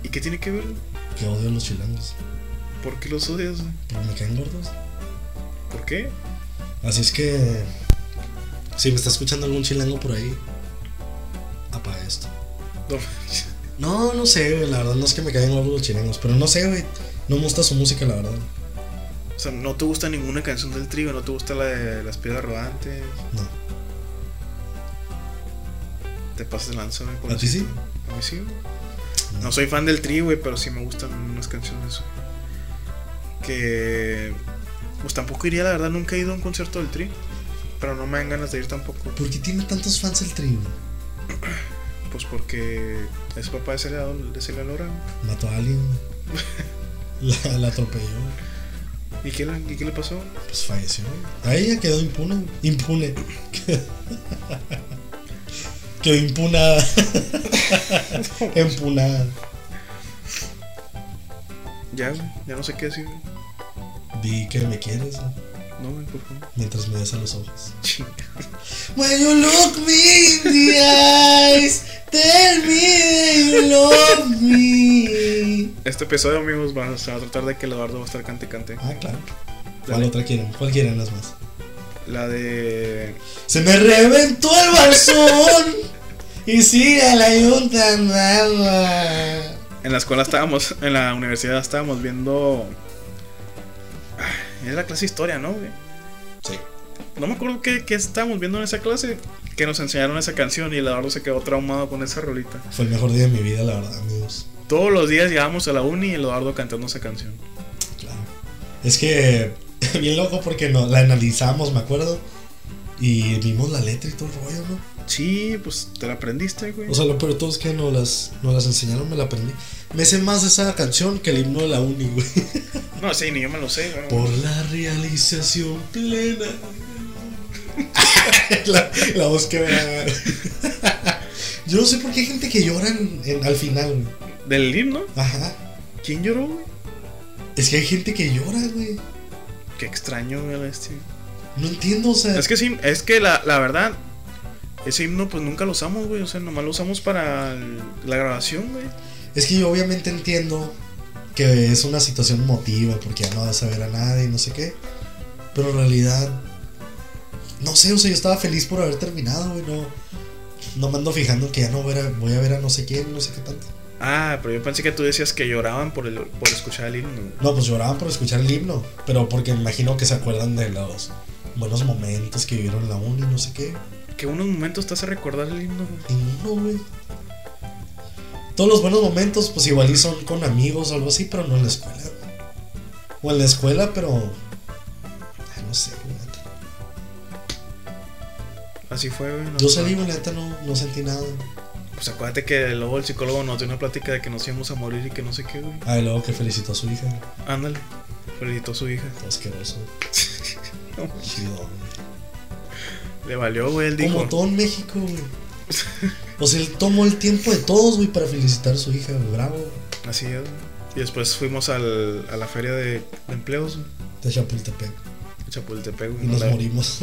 D: ¿Y qué tiene que ver? güey?
C: Que odio a los chilangos,
D: ¿Por qué los odias, güey?
C: pero me caen gordos.
D: ¿Por qué?
C: Así es que, si me está escuchando algún chilango por ahí, apaga esto.
D: No, manches.
C: No, no sé, güey, la verdad, no es que me caigan gordos los chilangos, pero no sé, güey, no me gusta su música, la verdad.
D: o sea, no te gusta ninguna canción del tri, güey? No te gusta la de las piedras rodantes.
C: No,
D: Te pasas de lanza, güey. con
C: ¿A ti
D: eso.
C: sí?
D: A mí sí, güey. No soy fan del tri, güey, pero sí me gustan unas canciones. güey. Que. Pues tampoco iría, la verdad, nunca he ido a un concierto del tri. Pero no me dan ganas de ir tampoco.
C: ¿Por qué tiene tantos fans el tri? güey?
D: Pues porque es papá de Celia, de Celia Lora. güey.
C: Mató a alguien, güey. la, la atropelló. güey.
D: ¿Y qué, le- y qué le pasó?
C: Pues falleció. A ella quedó impune. Impune. quedó impunada. Empunada.
D: Ya, güey, ya no sé qué decir. güey.
C: Di que me quieres ¿no?
D: No, güey, por favor.
C: mientras me ves a los ojos.
D: Chinga.
C: When you look me in the eyes, tell me that you love me.
D: Este episodio, amigos, va a, se va a tratar de que el Eduardo va a estar cante y cante.
C: Ah, claro. ¿Cuál
D: Dale.
C: otra quieren? ¿Cuál quieren las más?
D: La de.
C: Se me reventó el balsón y sigue la yunta nada.
D: En la escuela estábamos, en la universidad estábamos viendo. Ah, Es la clase de historia, ¿no, güey?
C: Sí.
D: No me acuerdo qué, qué estábamos viendo en esa clase. Que nos enseñaron esa canción y el Eduardo se quedó traumado con esa rolita.
C: Fue el mejor día de mi vida, la verdad, amigos.
D: Todos los días llegábamos a la uni y el Eduardo cantando esa canción.
C: Claro. Es que, bien loco porque no, la analizamos, me acuerdo. Y vimos la letra y todo el rollo, ¿no?
D: Sí, pues te la aprendiste, güey.
C: O sea, lo peor de todo es que nos las, nos las enseñaron, me la aprendí. Me sé más esa canción que el himno de la uni, güey.
D: no, sí, ni yo me lo sé, güey.
C: Por la realización plena. la, la voz que me- Yo no sé por qué hay gente que llora en- en- al final. güey.
D: ¿Del himno?
C: Ajá.
D: ¿Quién lloró, güey?
C: Es que hay gente que llora, güey.
D: Qué extraño, güey, la bestia.
C: Eh. No entiendo, o sea.
D: Es que sí, es que la, la verdad, ese himno pues nunca lo usamos, güey. O sea, nomás lo usamos para el- la grabación, güey.
C: Es que yo obviamente entiendo que es una situación emotiva porque ya no vas a ver a nadie, no sé qué. Pero en realidad, no sé, o sea, yo estaba feliz por haber terminado, güey. No, no me ando fijando que ya no voy a, voy a ver a no sé quién, no sé qué tanto.
D: Ah, pero yo pensé que tú decías que lloraban por, el, por escuchar el himno. güey.
C: No, pues lloraban por escuchar el himno, pero porque me imagino que se acuerdan de los buenos momentos que vivieron en la uni, no sé qué.
D: Que unos momentos te hace recordar el himno, güey.
C: Ninguno, güey. Todos los buenos momentos, pues igual y son con amigos o algo así, pero no en la escuela, güey. O en la escuela, pero. Ay, no sé, güey. neta.
D: Así fue, güey. no
C: Yo
D: sé.
C: salí, güey, la neta, no, no sentí nada.
D: Pues acuérdate que luego el psicólogo nos dio una plática de que nos íbamos a morir y que no sé qué, güey.
C: Ay, luego que felicitó a su hija. güey.
D: Ándale. Felicitó a su hija.
C: Todo asqueroso.
D: No.
C: Chido, güey.
D: Le valió, güey, él dijo.
C: Como todo en México, güey. O sea, él tomó el tiempo de todos, güey, para felicitar a su hija, güey. Bravo, güey.
D: Así es. güey. Y después fuimos al, a la feria de, de empleos, güey.
C: de Chapultepec.
D: en Chapultepec, güey.
C: Y
D: No
C: nos
D: la-
C: morimos.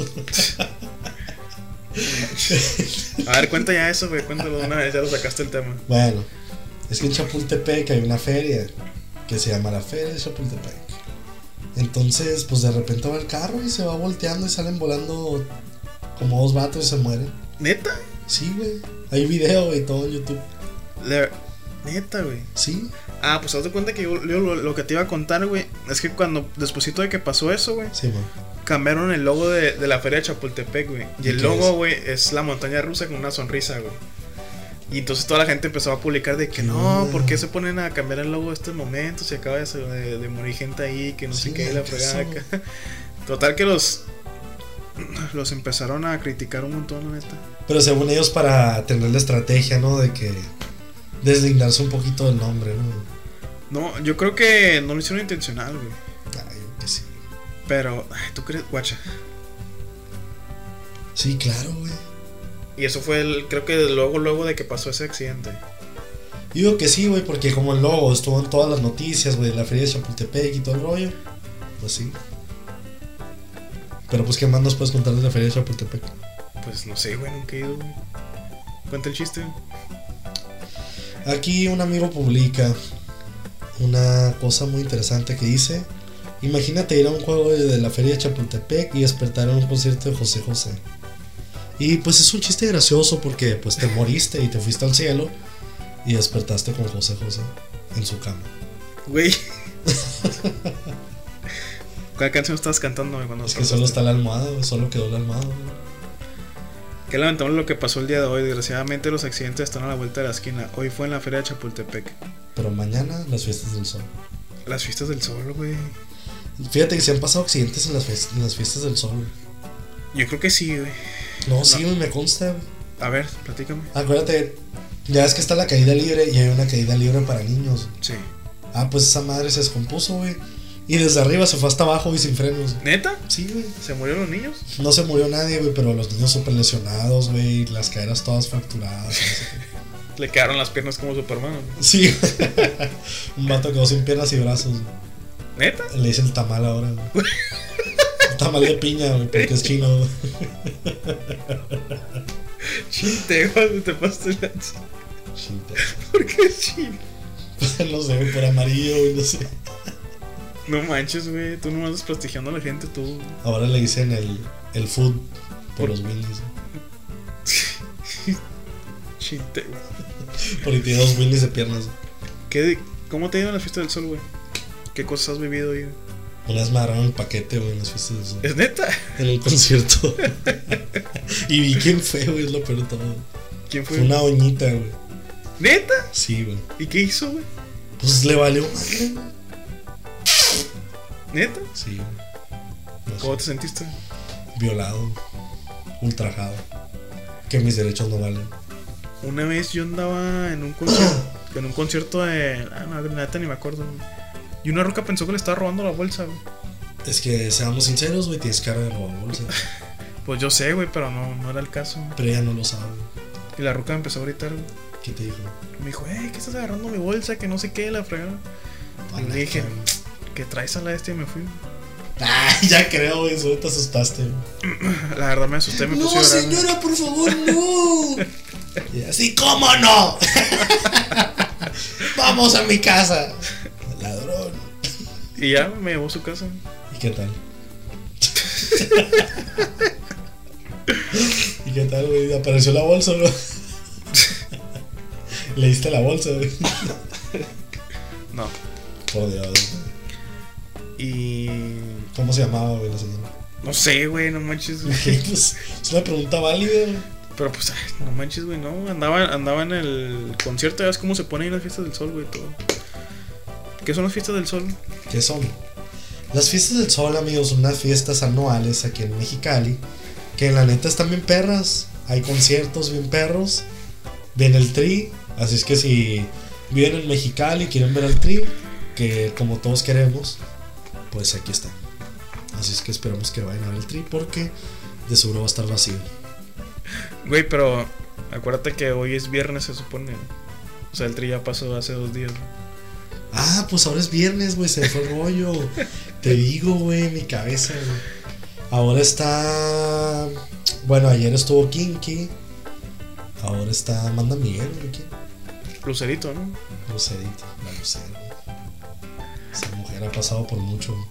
D: A ver, cuenta ya eso, güey. Cuéntalo de una vez, ya lo sacaste el tema.
C: Bueno, es que en Chapultepec hay una feria que se llama la Feria de Chapultepec. Entonces, pues de repente va el carro y se va volteando y salen volando como dos vatos y se mueren.
D: ¿Neta?
C: Sí, güey. Hay video y todo en YouTube.
D: Le- Neta, güey.
C: Sí.
D: Ah, pues haz de cuenta que yo, yo lo, lo que te iba a contar, güey, es que cuando, despuésito de que pasó eso, güey,
C: Sí, güey.
D: cambiaron el logo de, de la feria de Chapultepec, güey. Y
C: ¿Y
D: el
C: qué
D: logo,
C: es?
D: güey, es la montaña rusa con una sonrisa, güey. Y entonces toda la gente empezó a publicar de que
C: ¿Qué
D: no,
C: onda?
D: ¿por qué se ponen a cambiar el logo de estos momentos? Se acaba de, de, de morir gente ahí, que no
C: Sí,
D: sé qué, la
C: eso.
D: fregada acá. Total que los. Los empezaron a criticar un montón, la neta.
C: Pero según ellos, para tener la estrategia, ¿no? De que deslindarse un poquito del nombre, ¿no?
D: No, yo creo que no lo hicieron intencional, güey.
C: Ay, que sí.
D: Pero, ay, ¿tú crees? Guacha.
C: Sí, claro, güey.
D: Y eso fue, el, creo que luego, luego de que pasó ese accidente.
C: Yo digo que sí, güey, porque como el logo estuvo en todas las noticias, güey, de la feria de Chapultepec y todo el rollo, pues sí. Pero pues, ¿qué más nos puedes contar de la feria de Chapultepec?
D: Pues no sé, güey, nunca he ido, güey. Cuenta el chiste.
C: Aquí un amigo publica una cosa muy interesante que dice, imagínate ir a un juego de la feria de Chapultepec y despertar en un concierto de José José. Y pues es un chiste gracioso porque pues te moriste y te fuiste al cielo y despertaste con José José en su cama.
D: Güey. ¿Cuál canción estabas cantando, güey? Cuando
C: Es que solo está la almohada, güey, solo quedó la almohada. güey.
D: Qué lamentable lo que pasó el día de hoy. Desgraciadamente los accidentes están a la vuelta de la esquina. Hoy fue en la feria de Chapultepec.
C: Pero mañana las fiestas del sol.
D: Las fiestas del sol, güey.
C: Fíjate que se han pasado accidentes en las, fies- en las fiestas del sol. güey.
D: Yo creo que sí, güey.
C: No, sí, güey, me consta. güey.
D: A ver, platícame.
C: Acuérdate, ya es que está la caída libre y hay una caída libre para niños.
D: Sí.
C: Ah, pues esa madre se descompuso, güey. Y desde arriba se fue hasta abajo y sin frenos. güey.
D: ¿Neta?
C: Sí, güey.
D: ¿Se murieron los niños?
C: No se murió nadie, güey, pero los niños súper lesionados, güey. Las caderas todas fracturadas. no sé
D: Le quedaron las piernas como Superman. güey.
C: qué. Sí, güey. Un vato quedó sin piernas y brazos. güey.
D: ¿Neta?
C: Le dicen el tamal ahora, güey. El tamal de piña, güey, porque es chino, güey.
D: Chiste, güey. Te pasaste la...
C: Chito.
D: ¿Por qué chiste?
C: no sé, güey, por amarillo, güey, no sé.
D: No manches, güey. Tú nomás desprestigiando a la gente, tú. güey.
C: Ahora le dicen el, el food por los Willys.
D: Chiste, güey.
C: Porque tiene dos Willys de piernas.
D: ¿Qué de- ¿Cómo te ha ido en la fiesta del sol, güey? ¿Qué cosas has vivido ahí? güey?
C: Una vez me agarraron el paquete, güey, en las fiestas del sol.
D: ¿Es neta?
C: En el concierto. y vi quién fue, güey, es lo peor de todo.
D: ¿Quién fue?
C: Fue una oñita, güey.
D: ¿Neta?
C: Sí, güey.
D: ¿Y qué hizo, güey?
C: Pues le valió madre, güey.
D: ¿Neta?
C: Sí. No sé,
D: ¿Cómo te sentiste?
C: Violado. Ultrajado. Que mis derechos no valen.
D: Una vez yo andaba en un concierto, en un concierto de. Ah, madre, neta, ni me acuerdo. güey. Y una roca pensó que le estaba robando la bolsa, güey.
C: Es que seamos sinceros, güey, tienes cara de robar bolsa.
D: Pues yo sé, güey, pero no, no era el caso. güey.
C: Pero ella no lo sabe.
D: Y la roca empezó a gritar, güey.
C: ¿Qué te dijo?
D: Me dijo, eh, ¿qué estás agarrando mi bolsa? Que no sé qué, la fregada.
C: Ah,
D: Le dije,
C: neta, güey.
D: que traes a la bestia y me fui. güey.
C: Ah, ya creo, güey, solo te asustaste. güey.
D: La verdad me asusté, me puse a llorar. güey.
C: por favor, no. y así, ¿cómo no? Vamos a mi casa. Ladrón.
D: Y ya me llevó a su casa.
C: ¿Y qué tal? ¿Y qué tal, güey? Apareció la bolsa, ¿no? Le diste la bolsa, güey.
D: No.
C: Por Dios. güey.
D: Y.
C: ¿Cómo se llamaba, güey, la señora?
D: No sé, güey, no manches, güey.
C: Pues, es una pregunta válida, güey.
D: Pero pues, ay, no manches, güey, no. Andaba, andaba en el concierto, ya ves cómo se pone ahí en las fiestas del sol, güey, todo. ¿Qué son las fiestas del sol?
C: ¿Qué son? Las fiestas del sol, amigos, son unas fiestas anuales aquí en Mexicali. Que la neta están bien perras. Hay conciertos bien perros. Viene el tri. Así es que si vienen en Mexicali y quieren ver al tri, que como todos queremos, pues aquí está. Así es que esperamos que vayan a ver el tri porque de seguro va a estar vacío.
D: Güey, pero acuérdate que hoy es viernes, se supone. O sea, el tri ya pasó hace dos días. güey.
C: Ah, pues ahora es viernes, güey, se me fue el rollo. Te digo, güey, mi cabeza, güey. Ahora está. Bueno, ayer estuvo Kinky. Ahora está Amanda Miguel, güey. ¿quién?
D: Lucerito, ¿no?
C: Lucerito, la Lucero. Esa mujer ha pasado por mucho. güey.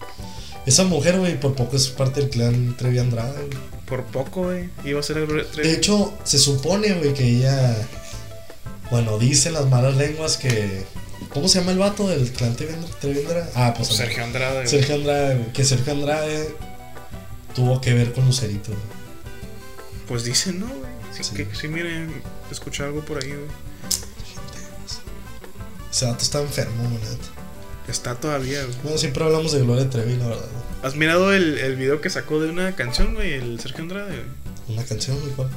C: Esa mujer, güey, por poco es parte del clan Trevi Andrade, güey.
D: Por poco, güey. Iba a ser el
C: De hecho, se supone, güey, que ella. Bueno, dicen las malas lenguas que. ¿Cómo se llama el vato del clan Trevi Andra- Trevi Andrade? Ah, pues
D: Sergio Andrade, güey.
C: Sergio Andrade, güey, que Sergio Andrade tuvo que ver con Lucerito. güey.
D: Pues dicen, ¿no, güey? Sí,
C: Sí.
D: que- sí, miren, escuché algo por ahí, güey.
C: Ese dato está enfermo, güey, neta.
D: Está todavía, güey.
C: Bueno, siempre hablamos de Gloria Trevi, la verdad. güey.
D: ¿Has mirado el, el video que sacó de una canción, güey? El Sergio Andrade, güey.
C: Una canción, güey, ¿cuál?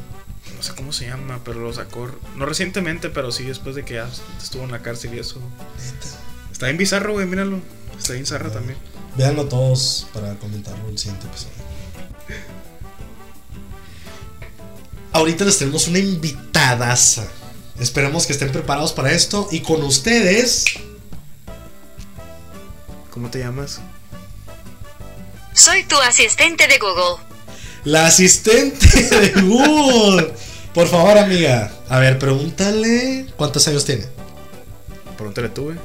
D: no sé cómo se llama, pero lo sacó. No recientemente, pero sí después de que ya estuvo en la cárcel y eso.
C: Neta.
D: Está bien bizarro, güey, míralo. Está bien zarra también.
C: Véanlo todos para comentarlo en el siguiente episodio. Ahorita les tenemos una invitadaza. Esperemos que estén preparados para esto. Y con ustedes,
D: ¿Cómo te llamas?
E: Soy tu asistente de Google.
C: la asistente de Google. Por favor, amiga. A ver, pregúntale cuántos años tiene.
D: Pregúntale tú, güey.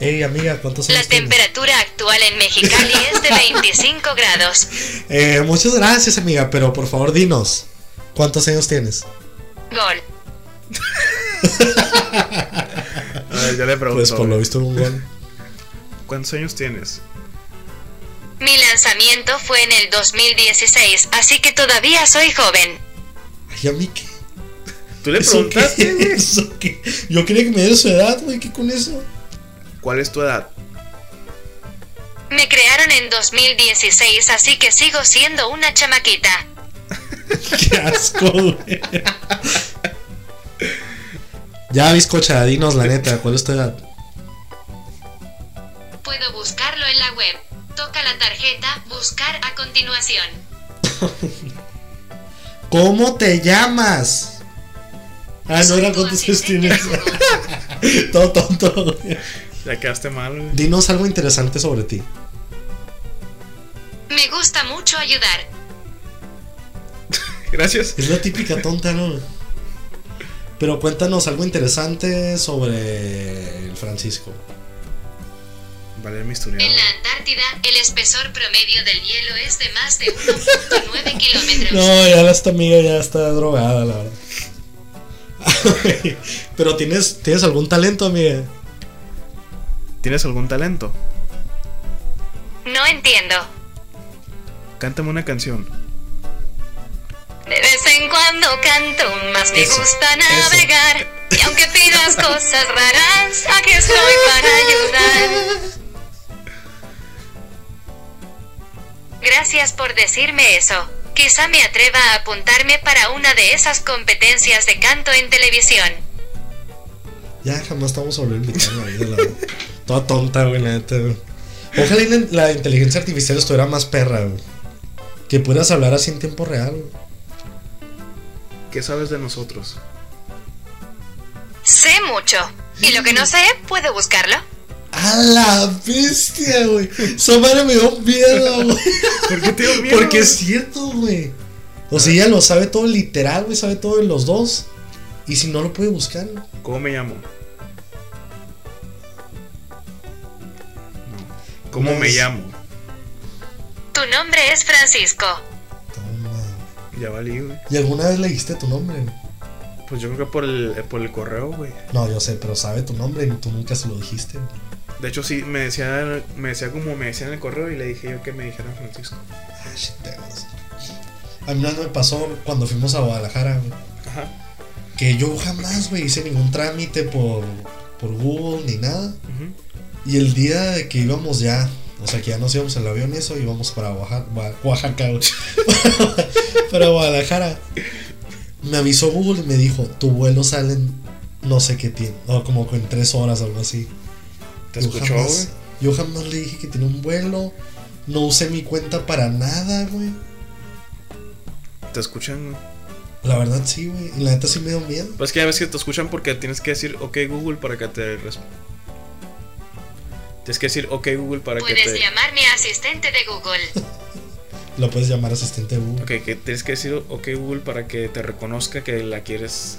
C: Ey, amiga, ¿cuántos
E: La
C: años tienes?
E: temperatura actual en Mexicali es de 25 grados.
C: Eh, muchas gracias, amiga, pero por favor dinos, ¿cuántos años tienes?
E: Gol.
D: A ver, ya le pregunto.
C: Pues por lo
D: güey.
C: visto un gol.
D: ¿Cuántos años tienes?
E: Mi lanzamiento fue en el 2016, así que todavía soy joven.
C: Ay, a mí qué.
D: ¿Tú le
C: ¿Eso qué?
D: preguntaste, güey?
C: ¿Eso qué? Yo quería que me diera su edad, güey, ¿qué con eso?
D: ¿Cuál es tu edad?
E: Me crearon en 2016, así que sigo siendo una chamaquita.
C: Qué asco, güey. Ya, bizcocha, dinos la neta, ¿cuál es tu edad?
E: Puedo buscarlo en la web. Toca la tarjeta, buscar a continuación.
C: ¿Cómo te llamas? Ah, no
E: Soy
C: era
E: tu
C: cuántos años
E: asistente
C: tienes.
E: de Google.
C: Todo tonto, güey.
D: Ya quedaste mal, güey.
C: Dinos algo interesante sobre ti.
E: Me gusta mucho ayudar.
D: Gracias.
C: Es la típica tonta, ¿no? Pero cuéntanos algo interesante sobre el Francisco.
D: Vale, mi historial.
E: En la Antártida, el espesor promedio del hielo es de más de 1.9 kilómetros.
C: No, ya la- esta amiga ya está drogada, la verdad. Pero tienes, tienes algún talento, amiga.
D: ¿Tienes algún talento?
E: No entiendo.
D: Cántame una canción.
E: De vez en cuando canto, más me
C: Eso,
E: gusta
C: eso.
E: navegar. Y aunque pidas cosas raras, aquí estoy para ayudar. gracias por decirme eso. Quizá me atreva a apuntarme para una de esas competencias de canto en televisión.
C: Ya jamás estamos sobre el invitado ahí de la. Toda tonta, güey, la neta, güey. Ojalá y la- la inteligencia artificial estuviera más perra, güey. Que pudieras hablar así en tiempo real, güey.
D: ¿Qué sabes de nosotros?
E: Sé mucho. Y lo que no sé, puedo buscarlo.
C: A la bestia, güey. Esa madre me dio miedo, güey.
D: ¿Por qué te dio miedo?
C: Porque es cierto, güey. O sea, ella lo sabe todo literal, güey. Sabe todo de los dos. Y si no lo puede buscar, güey.
D: ¿Cómo me llamo? No. ¿Cómo
C: No
D: me
C: es-
D: llamo?
E: Tu nombre es Francisco.
C: Toma, güey.
D: Ya valí, güey.
C: ¿Y alguna vez le dijiste tu nombre? güey?
D: Pues yo creo que por el, eh, por el correo, güey.
C: No, yo sé, pero sabe tu nombre y tú nunca se lo dijiste. güey.
D: De hecho, sí, me decía, me decía como me decían en el correo y le dije yo que me dijeran Francisco.
C: Ah, shit, güey. A mí una vez me pasó cuando fuimos a Guadalajara, güey.
D: Ajá.
C: Que yo jamás, güey, hice ningún trámite por, por Google ni nada.
D: Ujú.
C: Y el día de que íbamos ya, o sea, que ya nos íbamos en el avión y eso, íbamos para Oaxaca, Oaxaca güey. para Guadalajara. Me avisó Google y me dijo, tu vuelo sale en no sé qué tiempo, o como que en tres horas, algo así.
D: ¿Te
C: Yo
D: escuchó,
C: jamás-
D: güey?
C: Yo jamás le dije que tenía un vuelo, no usé mi cuenta para nada, güey.
D: Te escuchan, güey.
C: La verdad sí, güey. Y la neta sí me dio miedo.
D: Pues que ya ves que te escuchan porque tienes que decir ok Google para que te responda. Tienes que decir ok Google para que
E: Puedes
D: te.
E: llamarme asistente de Google.
C: Lo puedes llamar asistente de Google.
D: Ok, que tienes que decir ok Google para que te reconozca que la quieres.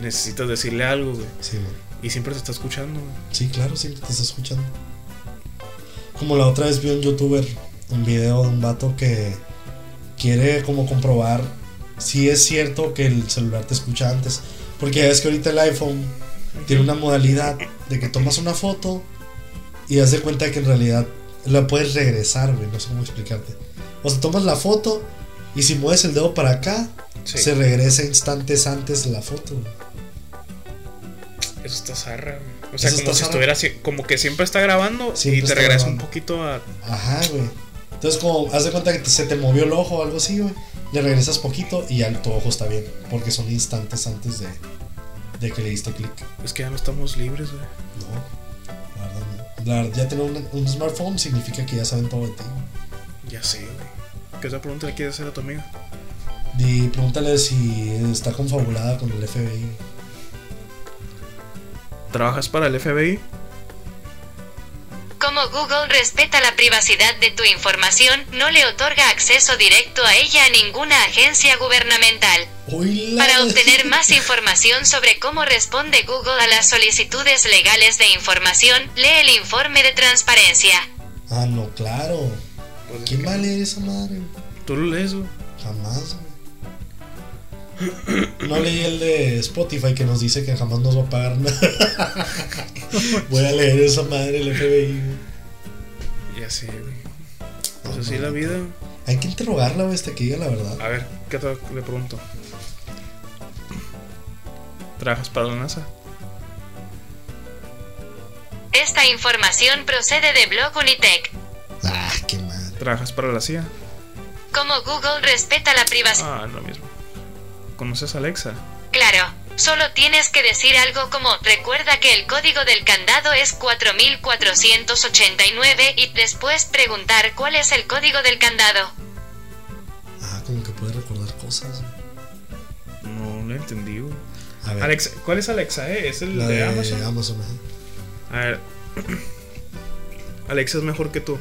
D: Necesitas decirle algo, güey.
C: Sí, güey.
D: Y siempre te está escuchando, güey.
C: Sí, claro, siempre te está escuchando. Como la otra vez vi un youtuber, un video de un vato que quiere como comprobar si es cierto que el celular te escucha antes. Porque es que ahorita el iPhone tiene una modalidad de que tomas una foto y das de cuenta que en realidad la puedes regresar, güey. No sé cómo explicarte. O sea, tomas la foto y si mueves el dedo para acá,
D: Sí.
C: se regresa instantes antes de la foto. güey.
D: Eso está zarra, güey. O sea,
C: Eso
D: como
C: está
D: si
C: zarra.
D: estuviera así- como que siempre está grabando
C: Siempre
D: y te
C: está
D: regresa un
C: grabando.
D: poquito a.
C: Ajá, güey. Entonces, como, haz de cuenta que te- se te movió el ojo o algo así, güey. Le regresas poquito y ya tu ojo está bien. Porque son instantes antes de, de que le diste clic.
D: Es que ya no estamos libres, güey.
C: No, la verdad no. La verdad, ya tener un, un smartphone significa que ya saben todo de ti.
D: Ya sé, güey. ¿Qué otra pregunta le quieres hacer a tu amiga?
C: Y pregúntale si está confabulada con el FBI.
D: ¿Trabajas para el FBI?
E: Como Google respeta la privacidad de tu información, no le otorga acceso directo a ella a ninguna agencia gubernamental.
C: Uy, la-
E: Para obtener más información sobre cómo responde Google a las solicitudes legales de información, lee el informe de transparencia.
C: Ah, no, claro.
D: Pues,
C: ¿Quién
D: ¿qué?
C: va a leer esa madre? güey?
D: Tú lo lees, güey.
C: Jamás, güey. No leí el de Spotify que nos dice que jamás nos va a pagar nada. Voy a leer esa madre el FBI. güey.
D: Ya sé, güey. Pues
C: No,
D: así
C: no,
D: la
C: no.
D: vida.
C: Hay que interrogarla, güey, hasta que diga la verdad.
D: A ver, ¿qué otra le pregunto? ¿Trabajas para la NASA?
E: Esta información procede de Blog Unitec.
C: Ah, qué madre.
D: ¿Trabajas para la CIA?
E: Como Google respeta la privacidad.
D: Ah, lo mismo. ¿Conoces a Alexa?
E: Claro, solo tienes que decir algo como recuerda que el código del candado es 4489 y después preguntar cuál es el código del candado.
C: Ah, como que puede recordar cosas. güey.
D: No lo entendí, güey.
C: A ver,
D: Alexa, ¿Cuál es Alexa, eh? ¿Es el
C: la
D: de,
C: de
D: Amazon?
C: Amazon. ajá.
D: A ver. Alexa es mejor que tú.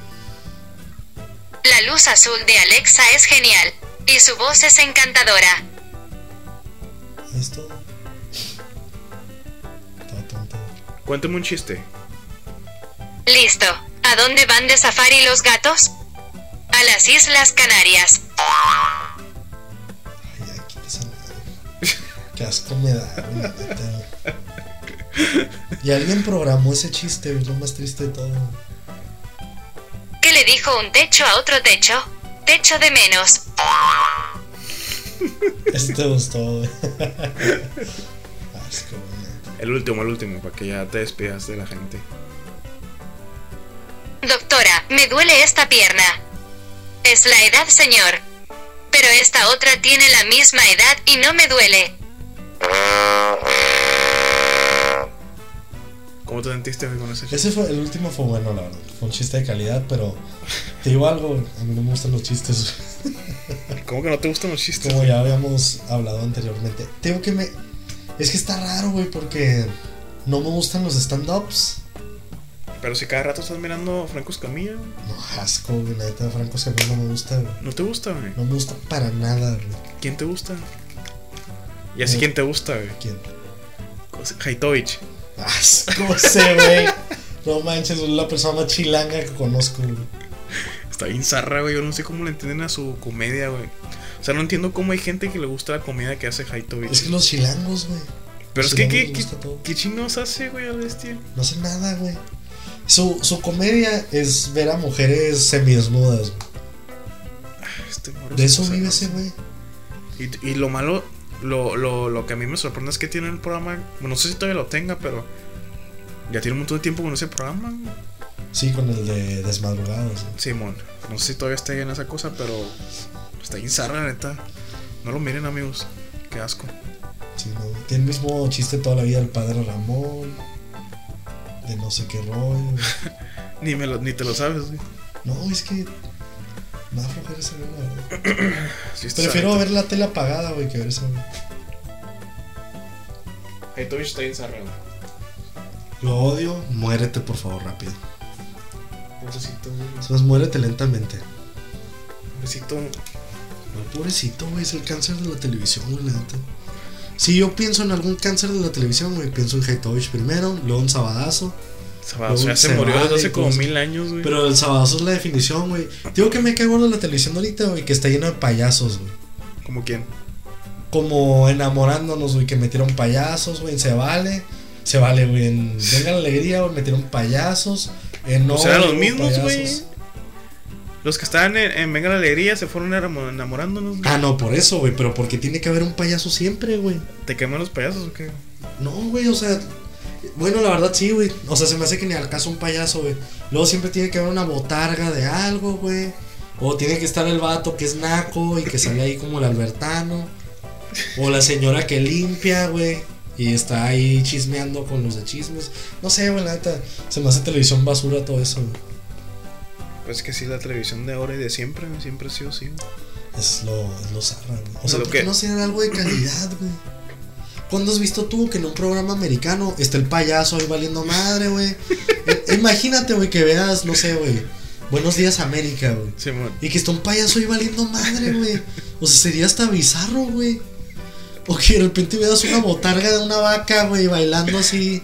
E: La luz azul de Alexa es genial, y su voz es encantadora.
C: Ahí es todo. Todo tonto.
D: Cuéntame un chiste.
E: Listo, ¿a dónde van de safari los gatos? A las Islas Canarias.
C: Ay, ya, quita esa madre. Qué asco me da, güey, la neta, güey. Y alguien programó ese chiste, güey, lo más triste de todo.
E: ¿Qué le dijo un techo a otro techo? Techo de menos.
C: Ese te gustó, güey. Asco, güey. neta.
D: El último, el último, para que ya te despidas de la gente.
E: Doctora, me duele esta pierna. Es la edad, señor. Pero esta otra tiene la misma edad y no me duele.
D: ¿Cómo te sentiste güey, con ese chiste?
C: Ese fue, el último fue bueno, la verdad. Fue un chiste de calidad, pero te digo algo, a mí no me gustan los chistes.
D: ¿Cómo que no te gustan los chistes?
C: Como
D: güey?
C: ya habíamos hablado anteriormente. Tengo que me. Es que está raro, güey, porque no me gustan los stand-ups.
D: Pero si cada rato estás mirando Franco Escamilla, güey.
C: No, asco, güey, la neta, Franco, es que a mí no me gusta, güey.
D: ¿no te gusta, güey?
C: No me gusta para nada, güey.
D: ¿Quién te gusta? Y así,
C: No.
D: ¿quién te gusta, güey?
C: ¿Quién?
D: Haitovich.
C: Asco ese, güey. No manches, es la persona más chilanga que conozco, güey.
D: Está bien zarra, güey. Yo no sé cómo le entienden a su comedia, güey. O sea, no entiendo cómo hay gente que le gusta la comedia que hace Haitovich.
C: Es que los chilangos, güey.
D: Pero
C: los
D: es que,
C: chilangos
D: ¿qué,
C: les
D: qué,
C: gusta todo.
D: qué chingados hace, güey, a bestia?
C: No hacen nada, güey. Su, su comedia es ver a mujeres semidesnudas. güey.
D: Este morro
C: De
D: se
C: eso
D: pasa,
C: vive
D: ¿no?
C: ese, güey.
D: Y, y lo malo, lo, lo, lo que a mí me sorprende es que tiene el programa. No sé si todavía lo tenga, pero. Ya tiene un montón de tiempo con ese programa, güey.
C: Sí, con el de desmadrugados. güey.
D: Simón. No sé si todavía está ahí en esa cosa, pero. Está bien zarra, la neta. No lo miren, amigos. Qué asco.
C: Sí, no, güey. Tiene el mismo chiste toda la vida el padre Ramón. De no sé qué rollo. güey.
D: Ni, me lo, ni te lo sabes, güey.
C: No, es que. Más flojera ese, güey, la verdad.
D: Sí está
C: Prefiero
D: zarra.
C: ver la tele apagada, güey, que ver esa, güey.
D: Haitovich está bien zarra, güey.
C: Lo odio. Muérete, por favor, rápido.
D: Pobrecito, güey.
C: Más muérete lentamente.
D: Pobrecito.
C: No, pobrecito, güey, es el cáncer de la televisión, güey, la neta. Si yo pienso en algún cáncer de la televisión, güey, pienso en Haitovich primero, luego en Sabadazo.
D: Sabado, o sea,
C: Luego
D: se
C: se
D: murió
C: va
D: desde
C: y
D: hace como
C: cosas.
D: mil años, güey.
C: Pero el Sabadazo es la definición, güey. Digo que me cae gordo la televisión de ahorita, güey, que está lleno de payasos, güey.
D: ¿Como quién?
C: Como enamorándonos, güey, que metieron payasos, güey, en se vale. Se vale, güey, en Venga la Alegría, güey, metieron payasos. En no,
D: Pues eran los
C: hubo
D: mismos, güey.
C: payasos.
D: Los que estaban en, en Venga la Alegría se fueron enamo- enamorándonos, güey.
C: Ah, no, por eso, güey, pero porque tiene que haber un payaso siempre, güey.
D: ¿Te queman los payasos o qué?
C: No, güey, o sea. Bueno, la verdad sí, güey. O sea, se me hace que ni al caso un payaso, güey. Luego siempre tiene que haber una botarga de algo, güey. O tiene que estar el vato que es naco y que sale ahí como el albertano. O la señora que limpia, güey. Y está ahí chismeando con los de chismes. No sé, güey, la neta. Se me hace televisión basura todo eso, güey.
D: Pues que sí, la televisión de ahora y de siempre, güey, siempre ha sido así. güey.
C: Es pues, lo, es lo zarra, güey. O sea,
D: Lo
C: ¿por
D: que-
C: qué no hacer algo de calidad, güey? ¿Cuándo has visto tú que en un programa americano está el payaso ahí valiendo madre, güey? Eh, Imagínate, güey, que veas, no sé, güey, Buenos Días América, güey.
D: Simón.
C: Y que está un payaso ahí valiendo madre, güey. O sea, sería hasta bizarro, güey. O que de repente veas una botarga de una vaca, güey, bailando así.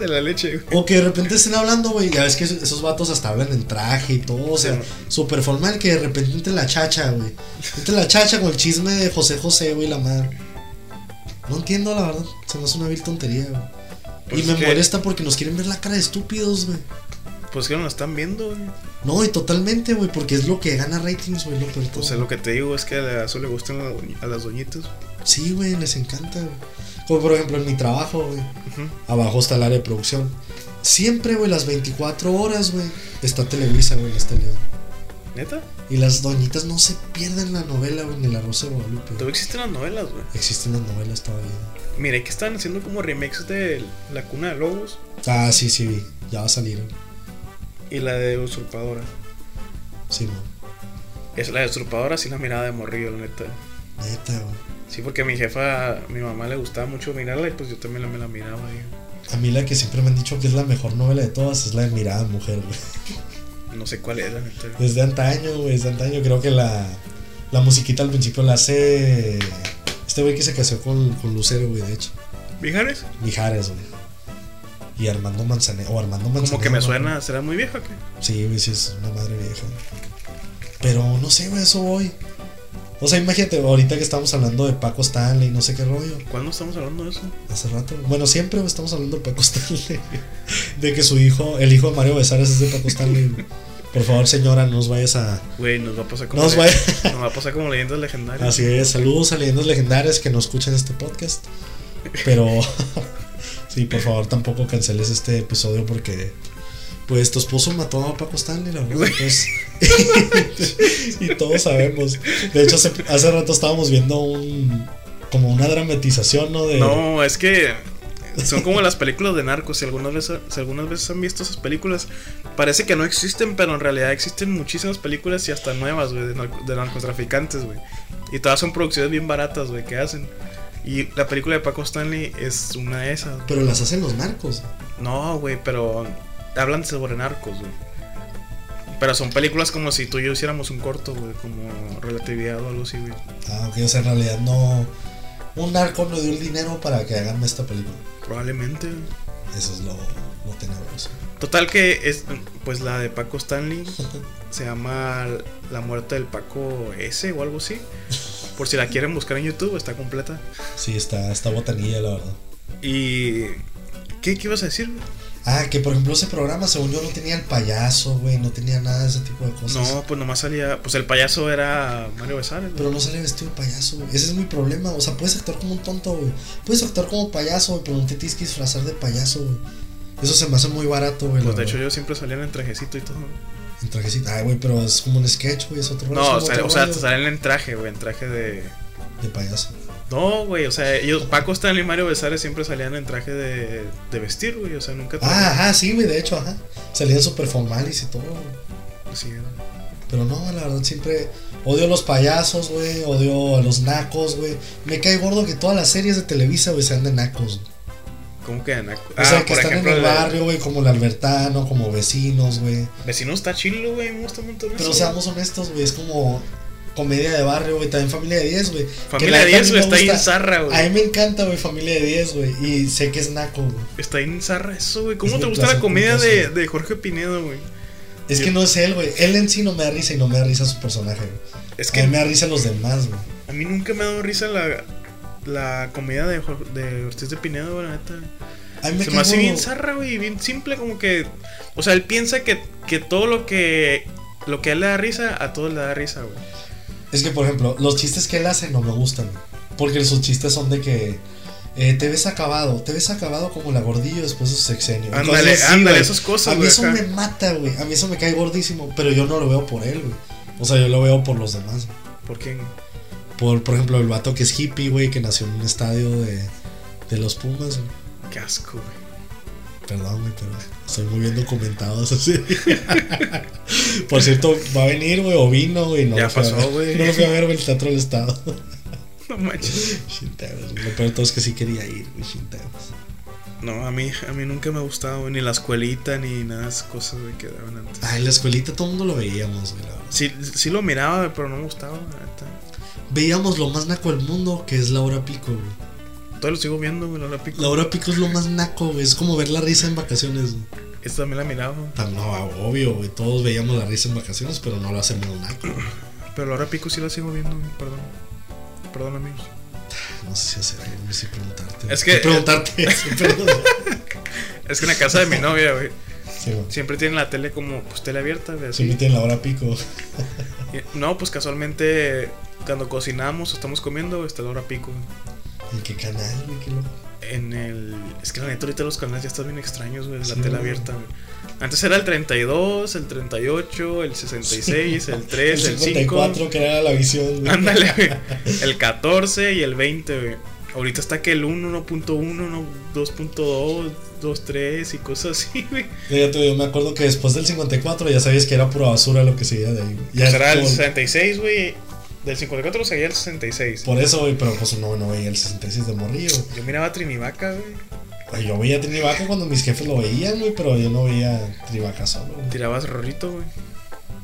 D: de la leche, güey.
C: O que de repente estén hablando, güey. Ya ves que esos- esos vatos hasta hablan en traje y todo. O sea,
D: Sí.
C: súper formal que de repente entre la chacha, güey. Entre la chacha con el chisme de José José, güey, la madre. No entiendo, la verdad. Se me hace una vil tontería, güey.
D: Pues
C: y me
D: es que-
C: molesta porque nos quieren ver la cara de estúpidos, güey.
D: Pues que no lo están viendo, güey.
C: No, y totalmente, güey, porque es lo que gana ratings, güey, lo peor de
D: O
C: todo.
D: sea, Pues lo que te digo es que a eso le gustan a la doñ- a las doñitas.
C: Sí, güey, les encanta, güey. Como por ejemplo en mi trabajo, güey.
D: Ujú.
C: Abajo está el área de producción. Siempre, güey, las 24 horas, güey. Está Televisa, güey, este las teles.
D: ¿Neta?
C: Y las doñitas no se pierden la novela, güey, ni la Rosa de Guadalupe. güey.
D: Todavía existen las novelas, güey.
C: Existen las novelas todavía.
D: Mira, que están haciendo como remakes de La Cuna de Lobos
C: Ah, sí, sí, vi. Ya va a salir. güey.
D: y la de Usurpadora.
C: Sí, no.
D: Es la de Usurpadora, sí la mirada de morrillo, la neta.
C: Neta, güey.
D: Sí, porque a mi jefa, a mi mamá le gustaba mucho mirarla y pues yo también la, me la miraba. y
C: A mí la que siempre me han dicho que es la mejor novela de todas es la de Mirada Mujer, güey.
D: no sé cuál es, la neta.
C: Desde antaño, güey, desde antaño. Creo que la, la musiquita al principio la hace este güey que se casó con, con Lucero, güey, de hecho.
D: ¿Mijares?
C: Mijares, güey. Y Armando Manzanero. O Armando Manzanero.
D: Como que me
C: ¿no?
D: suena, será muy vieja, o ¿qué?
C: Sí, güey, sí es una madre vieja. Pero no sé, güey, eso voy. O sea, imagínate, ahorita que estamos hablando de Paco Stanley, no sé qué rollo.
D: ¿Cuándo estamos hablando de eso?
C: Hace rato. Bueno, siempre güey, estamos hablando de Paco Stanley. De que su hijo, el hijo de Mario Besares es de Paco Stanley. güey. Por favor, señora, no nos vayas a.
D: Güey, nos va a pasar como.
C: Nos
D: le-
C: vaya-
D: nos va a pasar como leyendas legendarias.
C: Así es, saludos a leyendas legendarias que no escuchan este podcast. Pero. sí, por favor, tampoco canceles este episodio porque. Pues tu esposo mató a Paco Stanley, la verdad. entonces- y todos sabemos. De hecho, hace, hace rato estábamos viendo un. Como una dramatización, ¿no? De,
D: No, es que son como las películas de narcos. Si algunas veces, si algunas veces han visto esas películas, parece que no existen, pero en realidad existen muchísimas películas y hasta nuevas, güey, de, narco- de narcotraficantes, güey. Y todas son producciones bien baratas, güey, que hacen. Y la película de Paco Stanley es una de esas.
C: Pero las hacen los narcos.
D: No, güey, pero hablan sobre narcos, güey. Pero son películas como si tú y yo hiciéramos un corto, güey, como relatividad o algo así, güey.
C: Ah, ok, o sea, en realidad no. Un narco no dio el dinero para que hagan esta película.
D: Probablemente, güey.
C: Eso es lo, lo tenebroso.
D: Total que es pues la de Paco Stanley se llama La muerte del Paco S o algo así. Por si la quieren buscar en YouTube, está completa.
C: Sí, está, está botanilla, la verdad.
D: Y ¿qué, qué ibas a decir? güey?
C: Ah, que por ejemplo ese programa, según yo, no tenía el payaso, güey, no tenía nada de ese tipo de cosas.
D: No, pues nomás salía, pues el payaso era Mario Besares. güey.
C: Pero no sale vestido de payaso, güey. Ese es mi problema. O sea, puedes actuar como un tonto, güey. Puedes actuar como payaso, güey, pero no te tienes que disfrazar de payaso, güey. Eso se me hace muy barato, güey.
D: Pues
C: la
D: de hecho
C: verdad.
D: yo siempre salía en el trajecito y todo. güey.
C: En trajecito. Ay, güey, pero es como un sketch, güey. Es otro es
D: No,
C: como
D: o sea,
C: otro
D: o sea,
C: rollo
D: salían en traje, güey, en traje de
C: De payaso.
D: No, güey, o sea, ellos Paco Stanley y Mario Besares siempre salían en traje de, de vestir, güey, o sea, nunca
C: Ah, ajá, sí, güey, de hecho, ajá. Salían súper formales y todo, güey.
D: Sí,
C: Pero no, la verdad, siempre odio a los payasos, güey. Odio a los nacos, güey. Me cae gordo que todas las series de Televisa, güey, sean de nacos, güey.
D: ¿Cómo Ah, que naco?
C: O sea, que están en el
D: la-
C: barrio, güey, como el Albertano, como vecinos, güey.
D: Vecino está chilo, güey. Me gusta un montón.
C: Pero
D: eso,
C: seamos honestos, güey, es como comedia de barrio, güey, también Familia de 10, güey.
D: güey.
C: Que la
D: Familia
C: neta a
D: de 10,
C: mí
D: güey.
C: me
D: Está bien
C: gusta.
D: zarra,
C: A mí
D: güey.
C: me encanta, güey, Familia de 10, güey, y sé que es naco, güey.
D: Está bien zarra eso, güey. ¿Cómo
C: Es
D: te
C: mi
D: gusta la
C: placer
D: comedia de,
C: culposo.
D: de Jorge Pinedo, güey?
C: Es que no es él, güey. Él en sí no me da risa y no me da risa su personaje, güey.
D: Es
C: Es
D: que
C: que me da risa los demás, güey.
D: a mí nunca me ha dado risa la, la comedia de, Jor- de Ortiz de Pinedo, güey, la neta.
C: A mí me
D: Se
C: cae
D: me hace bien
C: gordo.
D: zarra, güey. Bien simple, como que. O sea, él piensa que, que todo lo que. Lo que a él le da risa, a todos le da risa, güey.
C: Es que, por ejemplo, los chistes que él hace no me gustan. güey. Porque sus chistes son de que eh, te ves acabado, te ves acabado como la gordillo después de su sexenio.
D: Ándale,
C: Entonces, sí,
D: ándale,
C: güey,
D: esas cosas,
C: A mí
D: güey.
C: eso
D: ajá.
C: me mata, güey. A mí eso me cae gordísimo, pero yo no lo veo por él, güey. O sea, yo lo veo por los demás. güey.
D: ¿Por qué?
C: Por, por ejemplo, el vato que es hippie, güey, que nació en un estadio de, de los Pumas, güey.
D: Qué asco, güey.
C: Perdón, güey, pero estoy muy bien documentado eso sí. Por cierto, va a venir, güey, o vino, güey. No
D: Ya
C: lo fui a
D: pasó,
C: ver.
D: güey.
C: No lo fui a ver, güey, el Teatro del Estado.
D: No manches.
C: Chinteros, güey. Lo peor de todo es que sí quería ir, güey, chinteros.
D: No, a mí, a mí nunca me ha gustado, güey, ni la escuelita, ni nada de esas cosas güey, que daban antes.
C: Ah, en la escuelita todo el mundo lo veíamos, güey, la verdad.
D: Sí, sí lo miraba, güey, pero no me gustaba, la neta.
C: Veíamos lo más naco del mundo, que es la hora pico, güey.
D: Todavía lo sigo viendo, güey, la hora pico.
C: La hora pico es lo más naco, güey. Es como ver la risa en vacaciones. güey.
D: Esta también la miraba, güey,
C: Tan- No, obvio, güey. Todos veíamos la risa en vacaciones, pero no lo hacemos naco. güey.
D: pero la hora pico sí la sigo viendo, güey, perdón. Perdón, amigos.
C: No sé si hacer algo, no sé si preguntarte.
D: Es que-
C: Sí, preguntarte. sí, perdón.
D: Es que en la casa de mi novia, güey,
C: Sí, güey.
D: siempre tienen la tele como, pues, tele abierta, güey, así.
C: Siempre tienen la hora pico.
D: Y- No, pues, casualmente, cuando cocinamos o estamos comiendo, güey, está la hora pico, güey.
C: ¿En qué canal, güey? Qué loco.
D: En el... Es que la neta ahorita los canales ya están bien extraños, güey, la
C: Sí,
D: tele
C: güey.
D: abierta, güey. Antes era el 32, el 38, el 66, el 3, el, 5.
C: 54, que era la visión, güey.
D: Ándale, güey. El 14 y el 20, güey. Ahorita está que el 1, 1.1, no, 2.2, 2.3 y cosas así, güey.
C: Fíjate, yo me acuerdo que después del 54 ya sabías que era pura basura lo que seguía de ahí. güey. Ya
D: Pues era el
C: como-
D: 66, güey. Del 54 seguía el 66.
C: Por eso, güey, pero pues no, no veía el 66 de morrillo. güey.
D: Yo miraba a Trinivaca, güey.
C: Güey, Yo veía Trivaca cuando mis jefes lo veían, güey, pero yo no veía Trivaca solo, güey.
D: Tirabas Rorrito, güey.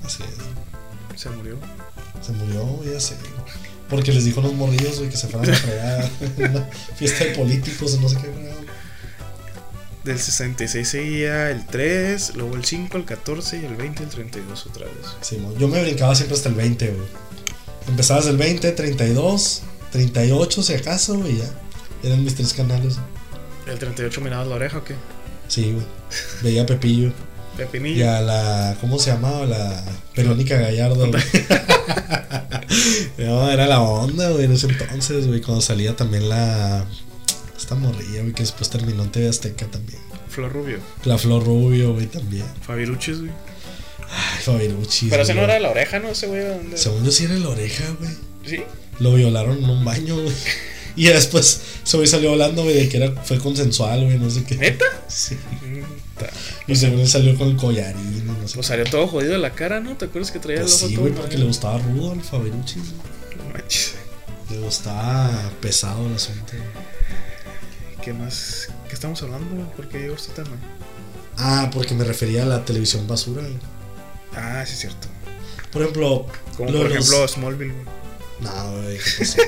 C: Así es.
D: Se murió.
C: Se murió, ya sé. Porque les dijo a los morrillos, güey, que se fueran a fregar. una fiesta de políticos o no sé qué, güey.
D: Del 66 seguía el 3, luego el 5, el 14 y el 20 y el 32 otra vez.
C: Sí, mo- yo me brincaba siempre hasta el 20, güey. Empezabas el 20, 32, 38, si acaso, güey, ya. Eran mis tres canales.
D: ¿El 38 mirabas la oreja o qué?
C: Sí, güey. Veía a Pepillo. Y
D: Pepinillo.
C: a la. ¿Cómo se llamaba? La Verónica Gallardo, güey. no, era la onda, güey, en ese entonces, güey. Cuando salía también la. Esta morrilla, güey, que después terminó en TV Azteca también.
D: Flor Rubio.
C: La Flor Rubio, güey, también.
D: Fabiruchis, güey.
C: Ay, Fabirucci.
D: Pero ese no
C: güey.
D: era de la oreja, ¿no? Ese güey era donde-
C: Según yo, sí era en la oreja, güey.
D: Sí.
C: Lo violaron en un baño, güey. Y ya después se güey salió hablando, güey, de que era, fue consensual, güey, no sé qué.
D: ¿Neta?
C: Sí.
D: Mm, ta-
C: Y según él salió con el collarín, y no sé.
D: Pues salió todo jodido de la cara, ¿no? ¿Te acuerdas que traía
C: Pues
D: el ojo
C: sí,
D: todo?
C: güey, porque le
D: amarillo?
C: gustaba rudo al Fabirucci. güey.
D: No manches.
C: Le gustaba pesado el asunto. güey.
D: ¿Qué más? ¿Qué estamos hablando? güey? ¿Por qué llegó este tema?
C: Ah, porque me refería a la televisión basura, güey.
D: Ah, sí, es cierto.
C: Por ejemplo.
D: Como
C: lo
D: por
C: de los-
D: ejemplo Smallville, güey.
C: No, güey, ¿qué pasó?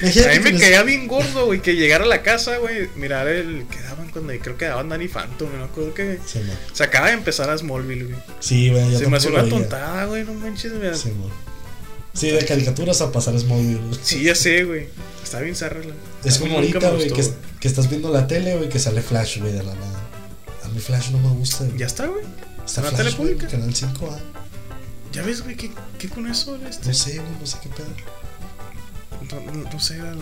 C: Imagínate
D: A mí
C: que
D: me
C: les-
D: caía bien gordo, güey, que llegara a la casa, güey, mirar el que daban cuando creo que daban Danny Phantom, güey, no acuerdo que
C: Sí, mo.
D: se acaba de empezar a Smallville, güey.
C: Sí, güey, yo
D: Se me hace
C: tampoco
D: una
C: lo veía.
D: tontada, güey, no manches, güey.
C: Sí, mo. Sí, de caricaturas a pasar Smallville. güey.
D: Sí, ya sé, güey. Está bien zarra, la-
C: Es
D: a mí
C: como ahorita,
D: nunca me
C: güey,
D: gustó,
C: que, es- que estás viendo la tele, güey, que sale Flash, güey, de la nada. A mí Flash no me gusta, güey.
D: Ya está, güey.
C: Está
D: ¿en la
C: Flash,
D: tele
C: güey,
D: pública?
C: Canal 5A.
D: Ya ves, güey, ¿qué, qué con eso? güey? Este,
C: No sé, güey, no sé qué pedo.
D: No, no- no sé. la-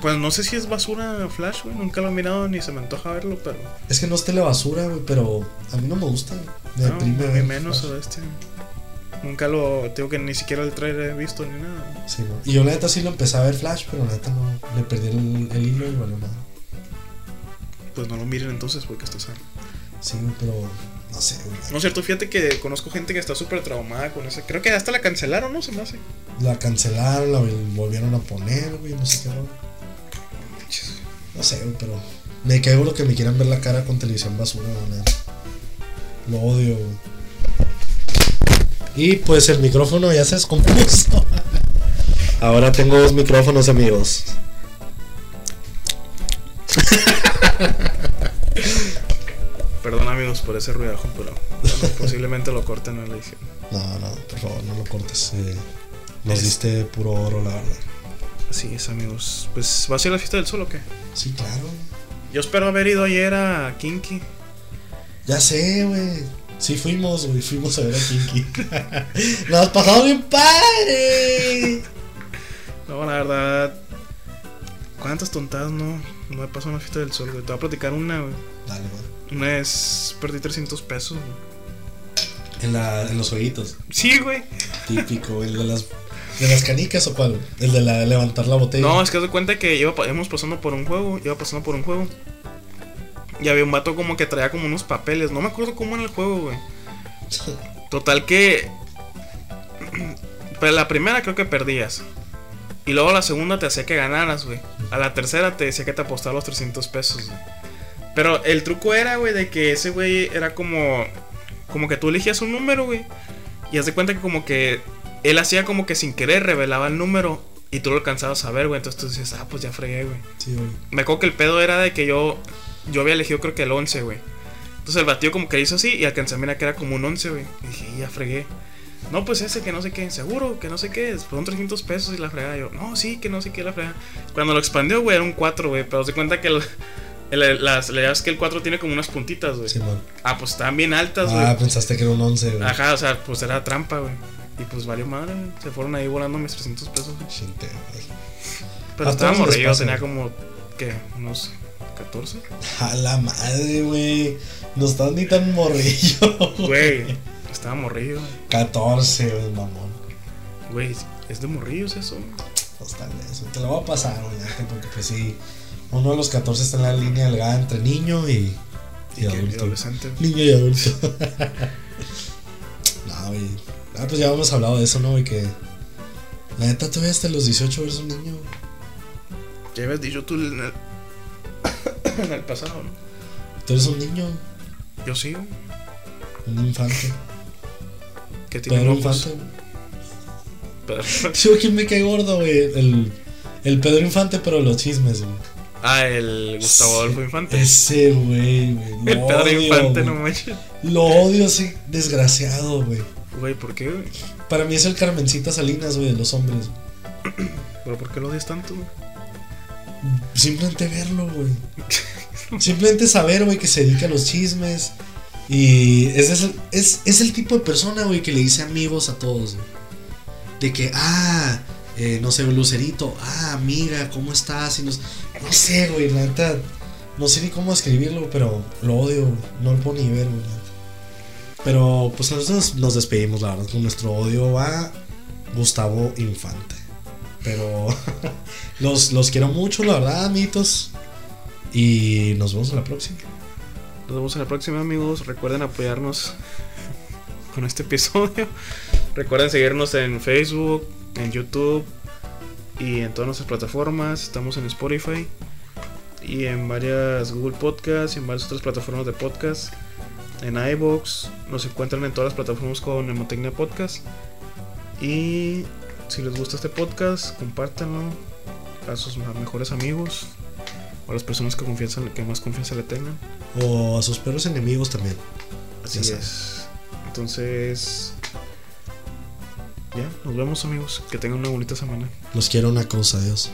D: Pues no sé si es basura Flash, güey. Nunca lo he mirado ni se me antoja verlo, pero.
C: Es que no es tele basura, güey, pero a mí no me gusta, güey. Me
D: No,
C: deprime,
D: ni
C: güey,
D: menos
C: Flash.
D: o este. Nunca lo. Tengo que ni siquiera el trailer he visto ni nada.
C: Sí, mo. Y yo, la neta, sí lo empecé a ver Flash, pero la neta no. Le perdí el, el hilo y valió nada.
D: Pues no lo miren entonces porque está sano.
C: Sí, güey, pero. No sé, güey.
D: No es cierto, fíjate que conozco gente que está súper traumada con esa. Creo que hasta la cancelaron, ¿no? Se me hace.
C: La cancelaron, la volvieron a poner, güey, no sé qué. rollo. No sé, güey, pero me caigo lo que me quieran ver la cara con televisión basura, la neta. Lo odio, güey. Y pues el micrófono ya se descompuso. Ahora tengo dos micrófonos, amigos.
D: Perdón, amigos, por ese ruidajo, pero. bueno, posiblemente lo corten en la edición.
C: No, no, por favor, no lo cortes. eh, nos diste puro oro, la verdad.
D: Así es, amigos. Pues, ¿va a ser la fiesta del sol o qué?
C: Sí, claro.
D: Yo espero haber ido ayer a Kinky.
C: Ya sé, güey. Sí fuimos, güey, fuimos a ver a Kinky. Nos pasamos bien padre.
D: No, la verdad. ¿Cuántas tontadas no, no he pasado en la fiesta del sol, güey? Te voy a platicar una, güey.
C: Dale, güey.
D: Una vez perdí 300 pesos, güey.
C: En, la, en los jueguitos.
D: Sí, güey.
C: Típico, el de las, de las canicas o cuál? El de la, levantar la botella.
D: No, es que doy cuenta que iba, pa- íbamos pasando por un juego, iba pasando por un juego. Y había un vato como que traía como unos papeles. No me acuerdo cómo era el juego, güey. Total que. Pero la primera creo que perdías. Y luego la segunda te hacía que ganaras, güey. A la tercera te decía que te apostaba los 300 pesos, güey. Pero el truco era, güey, de que ese güey era como. Como que tú elegías un número, güey. Y haz de cuenta que como que. Él hacía como que sin querer revelaba el número. Y tú lo alcanzabas a ver, güey. Entonces tú decías, ah, pues ya fregué, güey.
C: Sí, güey.
D: Me acuerdo que el pedo era de que yo. Yo había elegido creo que el 11, güey. Entonces el batido como que hizo así y alcancé a mirar que era como un 11, güey. Y dije, ya fregué. No, pues ese que no sé qué, seguro, que no sé qué, fueron 300 pesos y la fregada. Yo, no, sí, que no sé qué, la fregada. Cuando lo expandió, güey, era un 4, güey. Pero se cuenta que el- el- las, le das que el 4 tiene como unas puntitas, güey.
C: Simón.
D: Ah, pues estaban bien altas, güey.
C: Ah, pensaste que era un 11, güey.
D: Ajá, o sea, pues era trampa, güey. Y pues valió madre, güey. se fueron ahí volando mis 300 pesos. güey.
C: Gente, güey.
D: Pero
C: A
D: estaba
C: Ah, todos les
D: morrillo,
C: pasa,
D: tenía
C: güey.
D: como, ¿qué? Unos 14.
C: A la madre, güey. No estás ni tan morrillo.
D: Güey, estaba morrillo, güey.
C: 14, güey, mamón.
D: Güey, es de morrillos eso. güey.
C: Pues tal vez, Te lo voy a pasar, güey. neta, Porque pues sí. Uno de los 14 está en la línea delgada entre niño y, y
D: Y que- y
C: adulto.
D: adolescente. güey.
C: Niño y adulto. no, güey. Ah, pues ya hemos hablado de eso, ¿no? Y que. La neta, todavía hasta los 18 eres un niño. güey.
D: Ya habías dicho tú en el, en el pasado, ¿no?
C: Tú eres un niño,
D: Yo sí, güey.
C: un infante.
D: Que tiene
C: Pedro
D: ojos.
C: Infante. güey.
D: Pedro.
C: Sí, güey, ¿quién me cae gordo, güey? El, el Pedro Infante, pero los chismes, güey.
D: Ah, el Gustavo Adolfo Infante.
C: Ese, güey, güey.
D: el
C: Lo
D: Pedro
C: odio,
D: Infante,
C: güey.
D: no manches.
C: Lo odio, ese desgraciado, güey.
D: Güey, ¿por qué, güey?
C: Para mí es el Carmencita Salinas, güey, de los hombres. güey.
D: ¿Pero por qué lo odias tanto, güey?
C: Simplemente verlo, güey. Simplemente saber, güey, que se dedica a los chismes. Y es, es, es, es el tipo de persona, güey, que le dice amigos a todos. güey. De que, ah, eh, no sé, Lucerito, ah, amiga, ¿cómo estás? Y nos... No sé, güey, la neta. No sé ni cómo escribirlo, pero lo odio, güey. No lo puedo ni ver, güey. Pero pues nosotros nos despedimos, la verdad. Con nuestro odio va Gustavo Infante. Pero los, los quiero mucho, la verdad, amiguitos. Y nos vemos en la próxima.
D: Nos vemos en la próxima, amigos. Recuerden apoyarnos con este episodio. Recuerden seguirnos en Facebook, en YouTube y en todas nuestras plataformas. Estamos en Spotify y en varias Google Podcasts y en varias otras plataformas de podcast. En iBox nos encuentran en todas las plataformas con Nemotecnia Podcast. Y si les gusta este podcast, compártanlo a sus ma- mejores amigos o a las personas que, confianza, que más confianza le tengan.
C: O a sus perros enemigos también.
D: Así
C: Ya sabes.
D: es. Entonces, ya, nos vemos amigos. Que tengan una bonita semana.
C: Los quiero una cosa, adiós.